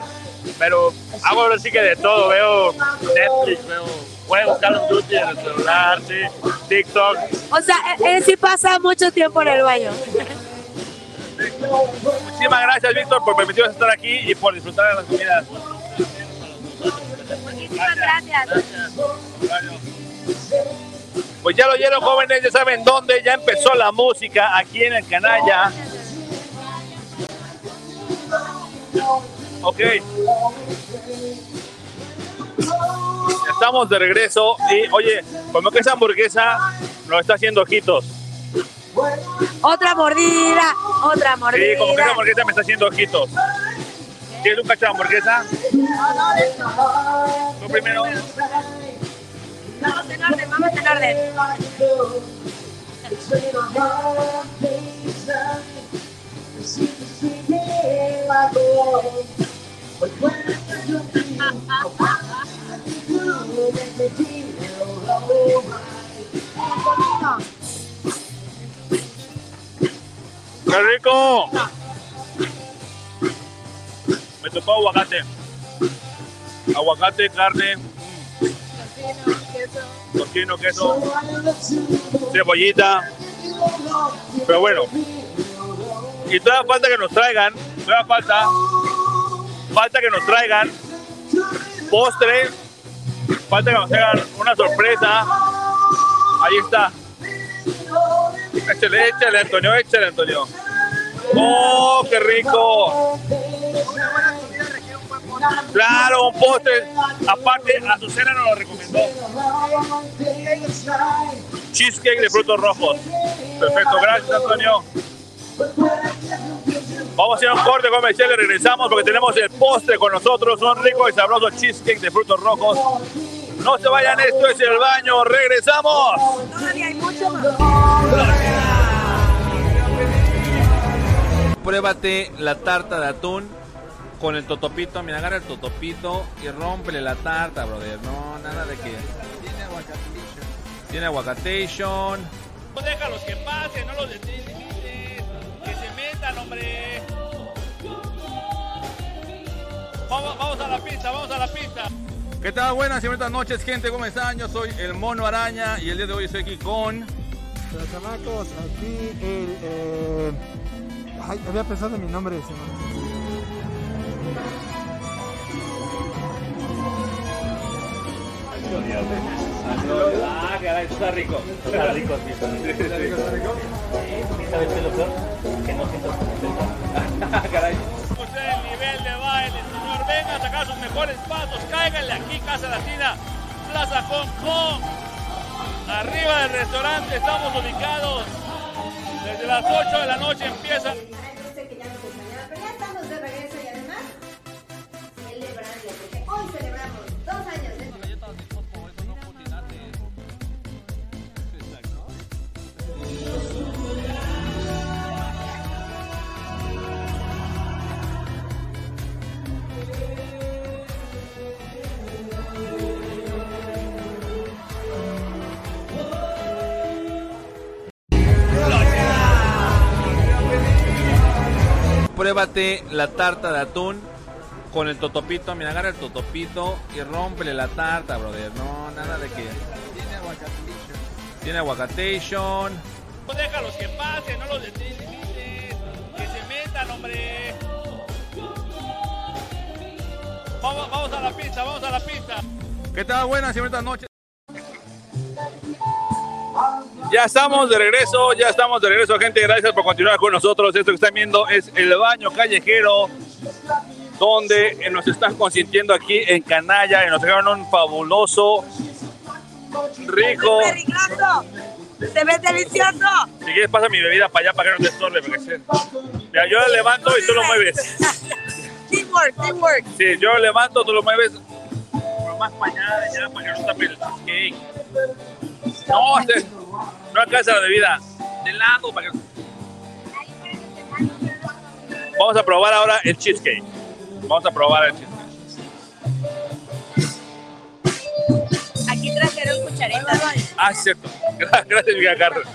pero hago ahora sí que de todo. Veo Netflix, veo juegos, Call of Duty en el celular, sí, TikTok.
O sea, él, él sí pasa mucho tiempo en el baño.
Muchísimas gracias, Víctor, por permitirnos estar aquí y por disfrutar de las comidas.
Muchísimas gracias.
Pues ya lo oyeron, jóvenes, ya saben dónde, ya empezó la música aquí en el Canalla. Ok. Estamos de regreso y, oye, como que esa hamburguesa nos está haciendo ojitos.
Otra mordida, otra mordida.
Sí, como que esa hamburguesa me está haciendo ojitos. ¿Tienes un cacho de hamburguesa? Tú primero.
Vamos en orden, vamos en orden.
¡Qué rico! Me tocó aguacate. Aguacate, carne, mm, tocino, queso, cebollita. Pero bueno. Y todavía falta que nos traigan, todavía falta, falta que nos traigan postre, falta que nos traigan una sorpresa. Ahí está. Échale, échale, Antonio, échale, Antonio. ¡Oh, qué rico! Claro, un postre. Aparte, Azucena nos lo recomendó. Cheesecake de frutos rojos. Perfecto, gracias, Antonio. Vamos a hacer un corte comercial y regresamos porque tenemos el postre con nosotros, un rico y sabroso cheesecake de frutos rojos. No se vayan, esto es el baño, regresamos.
Todavía hay mucho más.
Pruébate la tarta de atún con el totopito. Mira, agarra el totopito y rómpele la tarta, brother. No, nada de que. Tiene aguacatation.
No Pues déjalos que pasen, no los detenimites. Que se metan, hombre. Vamos, vamos a la pista, vamos a la pista.
¿Qué tal? Buenas y buenas noches, gente. ¿Cómo están? Yo soy el Mono Araña y el día de hoy estoy aquí con.
Pero, chamacos, aquí el... eh, Ay, había pensado en mi nombre. se me-
Ah, caray, eso está rico. Está rico, sí. Está rico, está rico. ¿Sabes qué es lo peor? Que no siento contento. caray. Usted el nivel de baile, señor. Venga a sacar sus mejores pasos. Cáiganle aquí, Casa Latina, Plaza Hong Kong. Arriba del restaurante estamos ubicados. Desde las 8 de la noche empieza.
Ay, yo sé que ya nos extrañaba, pero ya estamos de regreso y además celebrando, porque hoy celebramos dos años de...
pruébate la tarta de atún con el totopito. Mira, agarra el totopito y rómpele la tarta, brother. No, nada de que.
Tiene aguacatillo.
Tiene aguatation.
Pues déjalos que pasen, no los deslimites. Que se metan, hombre. Vamos, vamos a la pista, vamos a la pista.
¿Qué tal? Buenas y buenas noches. Ya estamos de regreso, ya estamos de regreso, gente. Gracias por continuar con nosotros. Esto que están viendo es el baño callejero, donde nos están consintiendo aquí en Canalla y nos dejaron un fabuloso, rico.
Estoy arreglando. Se ve delicioso.
Si quieres, pasa mi bebida para allá para que no te estorbe. Porque se- Mira, yo la levanto y tú lo
*laughs*
mueves.
Teamwork, teamwork.
Sí, yo lo levanto, tú lo mueves. Pero más para allá, ya, para que no se tape el cake. No, este- no alcanza la bebida. De lado, para que- Vamos a probar ahora el cheesecake. Vamos a probar el cheesecake.
Aquí trajeron cucharitas.
Ah, sí, cierto. Gra- Gracias, Miguel Carlos.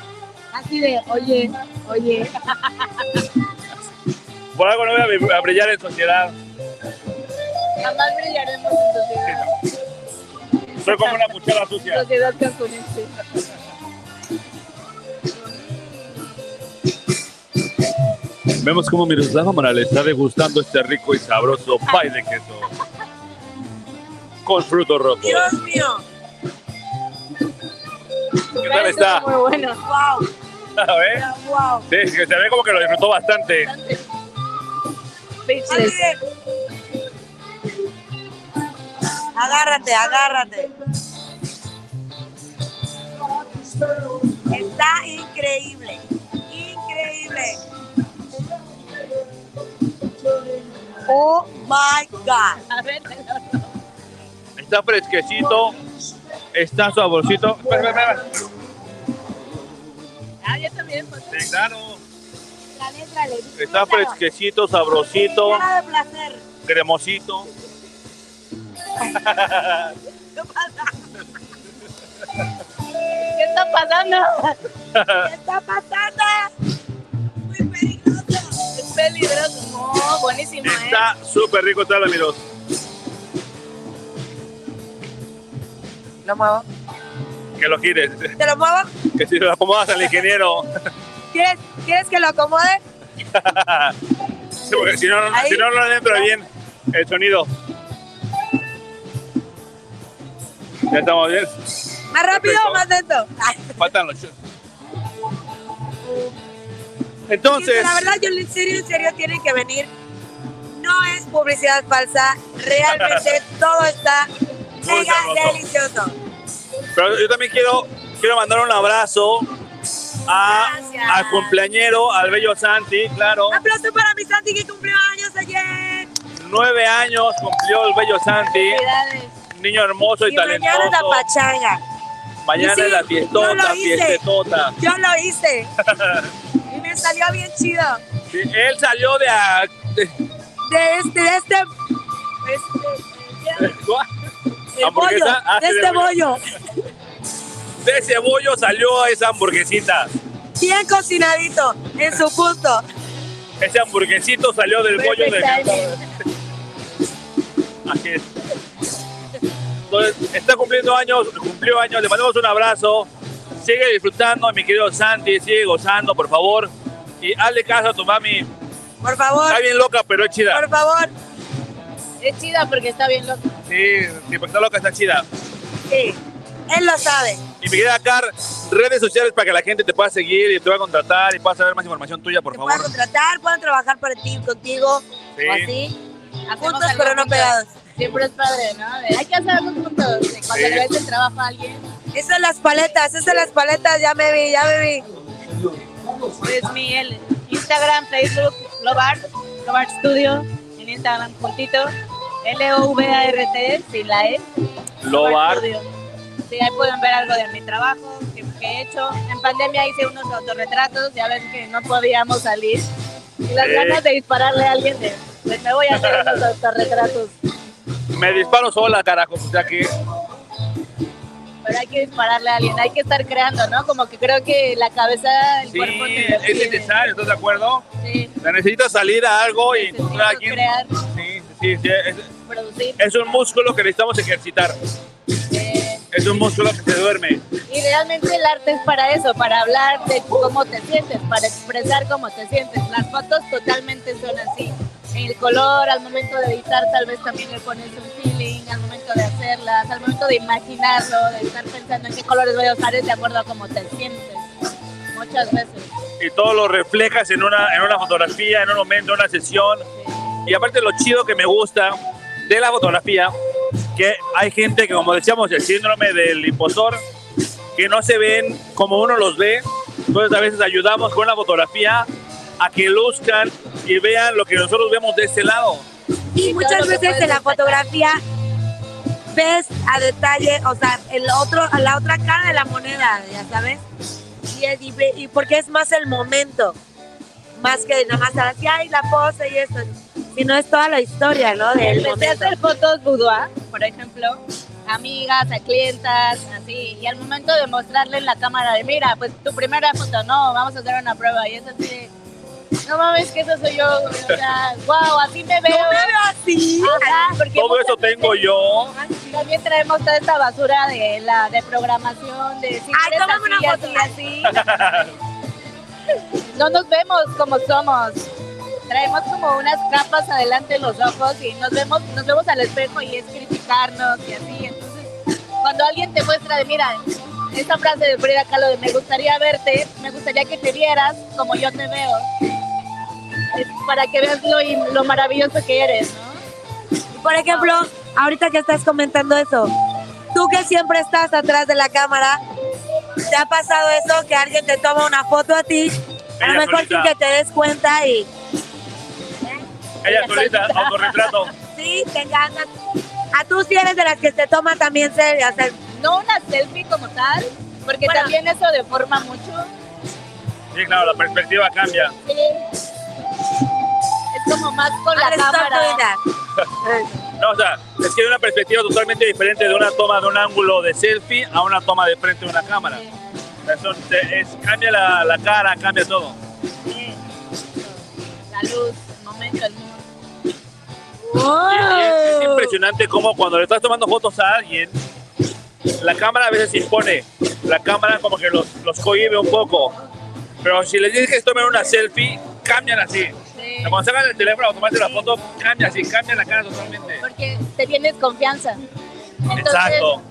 Así de, oye, oye.
Por algo no voy a bri- a brillar en sociedad.
Jamás brillaremos en sociedad.
Soy como una cuchara sucia.
Sociedad cancunense.
Vemos cómo Miroslava Morales está degustando este rico y sabroso pie de queso. Con frutos rojos.
Dios mío.
¿Qué tal está?
Muy bueno. Wow.
*laughs* A ver.
Wow.
Sí, es que se ve como que lo disfrutó bastante.
Así es. Agárrate, agárrate. Está increíble. Increíble. Oh my God.
Está fresquecito, está saborcito. Espera, espera, espera.
Ah, yo también. Pues.
Sí, claro. Está fresquecito, sabrosito,
Cara de placer.
cremosito.
¿Qué pasa?
¿Qué está pasando?
¿Qué está pasando?
Es peligroso. No, buenísimo, ¿eh?
Está súper rico, está la miros.
Lo muevo.
Que lo gires.
¿Te lo muevo?
Que si lo acomodas al ingeniero.
¿Quieres, ¿Quieres que lo acomode?
Sí, porque si no, no-
Ahí.
si no, no le entra bien el sonido. Ya estamos bien.
¿Más rápido o
Perfecto.
más lento? Ay,
Faltan los shots. Entonces,
La verdad, yo en serio, en serio, tienen que venir. No es publicidad falsa.
*laughs*
Realmente todo está mega
sabroso.
delicioso.
pero yo también quiero, quiero mandar un abrazo a,
Gracias.
al cumpleañero, al bello Santi, claro.
Aplauso para mi Santi que cumplió años ayer.
Nueve años cumplió el bello Santi.
Felicidades.
Niño hermoso y,
Y
talentoso.
mañana es la pachanga.
Mañana
Y sí,
es la
yo lo
fiestota,
hice.
fiestetota.
Yo lo
*laughs*
hice y me salió bien chido.
Sí, Él salió de, a- de-
De este, de este, este, el
Hamburguesa,
bollo,
ah,
de
sí,
este
de bollo.
bollo.
de cebollo, salió esa hamburguesita.
Bien cocinadito, en su punto.
Ese hamburguesito salió del bollo
Pues,
de Así es. Entonces, está cumpliendo años, cumplió años, le mandamos un abrazo. Sigue disfrutando, mi querido Santi, sigue gozando, por favor. Y hazle caso a tu mami.
Por favor,
Está bien loca, pero es chida.
por favor.
Es chida porque está bien loco.
Sí, sí,
pues,
porque está loca, está chida.
Sí, él lo sabe.
Y mi querida Car, redes sociales para que la gente te pueda seguir y te pueda contratar y pueda saber más información tuya, por favor.
Pueden contratar, pueden trabajar para ti, contigo,
Sí.
o así.
Hacemos
Juntos,
algo
pero no
juntos.
pegados.
Siempre es padre, ¿no? De- hay que hacer algo juntos. De Cuando
Sí.
le ves el trabajo a alguien,
Esas las paletas, esas las paletas, ya me vi, ya me vi.
pues Miguel, Instagram, Facebook, Lobar, Lobar Studio, en Instagram juntito, L-O-V-A-R-T, sin la E.
Lobar.
Studio. Sí, ahí pueden ver algo de mi trabajo que, que he hecho. En pandemia hice unos autorretratos, ya ven que no podíamos salir. Y las
Eh.
Sí.
ganas de dispararle a alguien, de, pues me voy a hacer unos autorretratos.
Me disparo sola, carajo. O sea que
Pues pero hay que dispararle a alguien, hay que estar creando, ¿no? Como que creo que la cabeza, el
Sí,
cuerpo te
es
lo pide.
necesario, ¿estás de acuerdo?
Sí.
O sea, necesitas salir a algo y encontrar a quien.
crear,
Sí, sí, sí, es,
producir. eh,
es un músculo que necesitamos ejercitar. Es un músculo que se duerme.
Y realmente el arte es para eso, para hablar de cómo te sientes, para expresar cómo te sientes. Las fotos totalmente son así. El color, al momento de editar, tal vez también le pones un feeling, al momento de hacerlas, al momento de imaginarlo, de estar pensando en qué colores voy a usar, es de acuerdo a cómo te sientes. Muchas veces.
y todo lo reflejas en una, en una fotografía, en un momento, en una sesión. Y aparte lo chido que me gusta de la fotografía, que hay gente que como decíamos, el síndrome del impostor, que no se ven como uno los ve. Entonces a veces ayudamos con la fotografía a que luzcan y vean lo que nosotros vemos de este lado.
Y muchas veces en la fotografía ves a detalle, o sea, el otro, la otra cara de la moneda, ya sabes. Y, es- y ve- y porque es más el momento, más que nada más así, ay, la pose y eso. Sino es toda la historia, ¿no? Del
Empecé a
momento.
hacer fotos boudoir, por ejemplo, a amigas, a clientas, así. Y al momento de mostrarle en la cámara de, mira, pues tu primera foto, no, vamos a hacer una prueba. Y es así de, no mames, que eso soy yo. O sea, wow, así me veo.
me veo así.
Ajá, porque
Todo eso tengo yo.
Ah,
también traemos toda esta basura de la de programación, de si
Ay,
eres
tómame
así,
una
así, así. No nos vemos como somos. Traemos como unas capas adelante en los ojos y nos vemos, nos vemos al espejo y es criticarnos y así. Entonces, cuando alguien te muestra de, mira, esta frase de Frida Kahlo de me gustaría verte, me gustaría que te vieras como yo te veo. Es para que veas lo, in- lo maravilloso que eres, ¿no?
Por ejemplo, ahorita que estás comentando eso, tú que siempre estás atrás de la cámara, ¿te ha pasado eso que alguien te toma una foto a ti? A lo
Ella
mejor sin
solita.
que te des cuenta y
Ella solita, autorretrato.
sí, te encantan. A tú sí eres de las que se toma también serio, o sea,
No una selfie como tal, porque también eso deforma mucho.
Sí, claro, la perspectiva cambia.
Es como más con la
Ahora está
cámara.
No, o sea, es que hay una perspectiva totalmente diferente de una toma de un ángulo de selfie a una toma de frente de una cámara. Eso te- es- cambia la, la cara, cambia todo.
La luz, el momento, el mundo.
Es impresionante cómo cuando le estás tomando fotos a alguien, la cámara a veces se impone. La cámara como que los, los cohibe un poco. Pero si les dices que tomen una selfie, cambian así. Cuando sacan el teléfono a tomarse la foto, cambia así, cambia la cara totalmente.
Porque te tienes confianza. Entonces,
Exacto.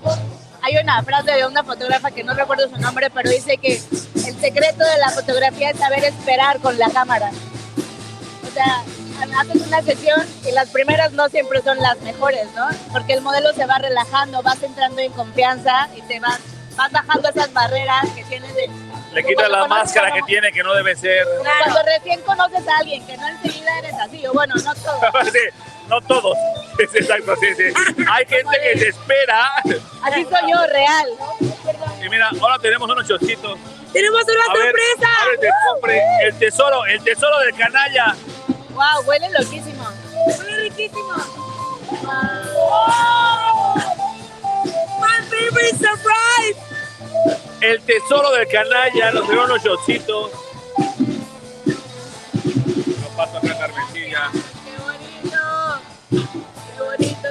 hay una frase de una fotógrafa que no recuerdo su nombre, pero dice que el secreto de la fotografía es saber esperar con la cámara. O sea, haces una sesión y las primeras no siempre son las mejores, ¿no? Porque el modelo se va relajando, vas entrando en confianza y te vas, vas bajando esas barreras que tienes de...
Le quita la máscara que tiene que no debe ser.
como Cuando recién conoces a alguien, que no enseguida eres así, o bueno, no todo.
Sí, no todos. *laughs* Es exacto, sí, sí. Hay gente que se espera.
Así soy yo, real.
Y mira, ahora tenemos unos chocitos.
¡Tenemos
A ver, a ver, descubre el tesoro, el tesoro del canalla.
¡Wow! Huele loquísimo.
Huele riquísimo.
My favorite surprise.
El tesoro del canalla, nos dieron unos chocitos. Lo paso acá, Carmencilla.
Qué bonito. Qué bonito.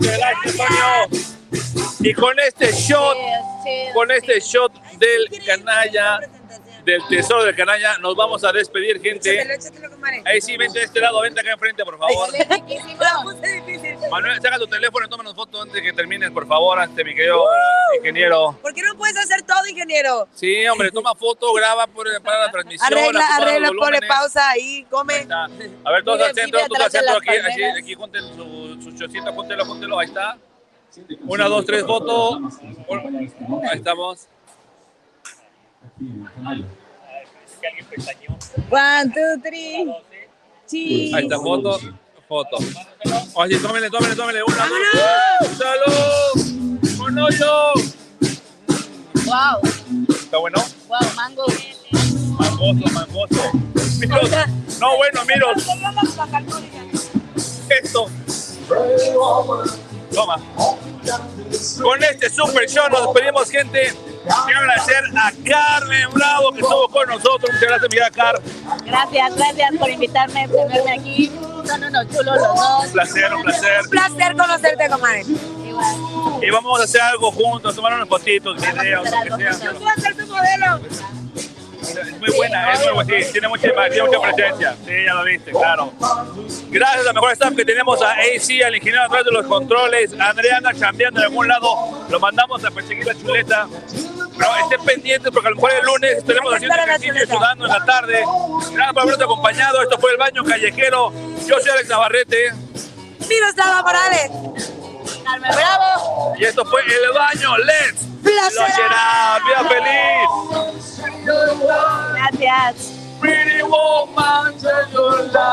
Gracias, Antonio. Y con este shot, con este shot del *laughs* canalla, del tesoro del canalla, nos vamos a despedir, gente. Ahí sí, vente de este lado, vente acá enfrente, por favor. Manuel, saca tu teléfono y tómanos foto antes de que termines, por favor, ante mi querido ingeniero.
¿Por qué no puedes hacer todo, ingeniero?
Sí, hombre, toma foto, graba, pone- para la transmisión.
Arregla,
acomoda los
arregla, ponle
volúmenes.
pausa ahí, come.
A ver, todos
Mira,
al centro,
vive
todos al
atrás de
centro,
las
aquí, así,
palmeras.
aquí, ponte su, su chocito, póntelo, póntelo, ahí está. Una, dos, tres, foto. Ahí estamos.
One, two, three. Sí.
Ahí está, foto, foto. Oye, tómele, tómele, tómele. Una, dos, salud. Un hoyo.
¡Wow!
¿Está bueno?
¡Wow! Mango.
Mangoso, mangoso. Miros. No, bueno, miros. esto. Toma. Con este super show nos despedimos, gente. Quiero agradecer a Carmen Bravo que estuvo con nosotros. Muchas gracias, mi querida Car.
Gracias, gracias por invitarme, por tenerme aquí. Son unos chulos los dos.
Un placer, un placer.
Un placer conocerte, comadre.
Y vamos a hacer algo juntos, tomar unos fotitos, videos, lo que sea.
quiero ser tu modelo.
Es muy buena, es muy buena. Sí, tiene mucha, imagen, tiene mucha presencia. Sí, ya lo viste, claro. Gracias a mejor staff que tenemos a AC, al ingeniero atrás de los controles. Andrea anda chambeando en algún lado. Lo mandamos a perseguir la chuleta. Pero estén pendientes porque a lo mejor el lunes estaremos haciendo ejercicio sudando en la tarde. Gracias por habernos acompañado. Esto fue El Baño Callejero. Yo soy Alex Navarrete.
Miroslava Morales.
Carmen Bravo.
Y esto fue El Baño. ¡Let's! ¡Placerá! ¡Vida feliz!
Gracias.
Pretty woman, tell your lie.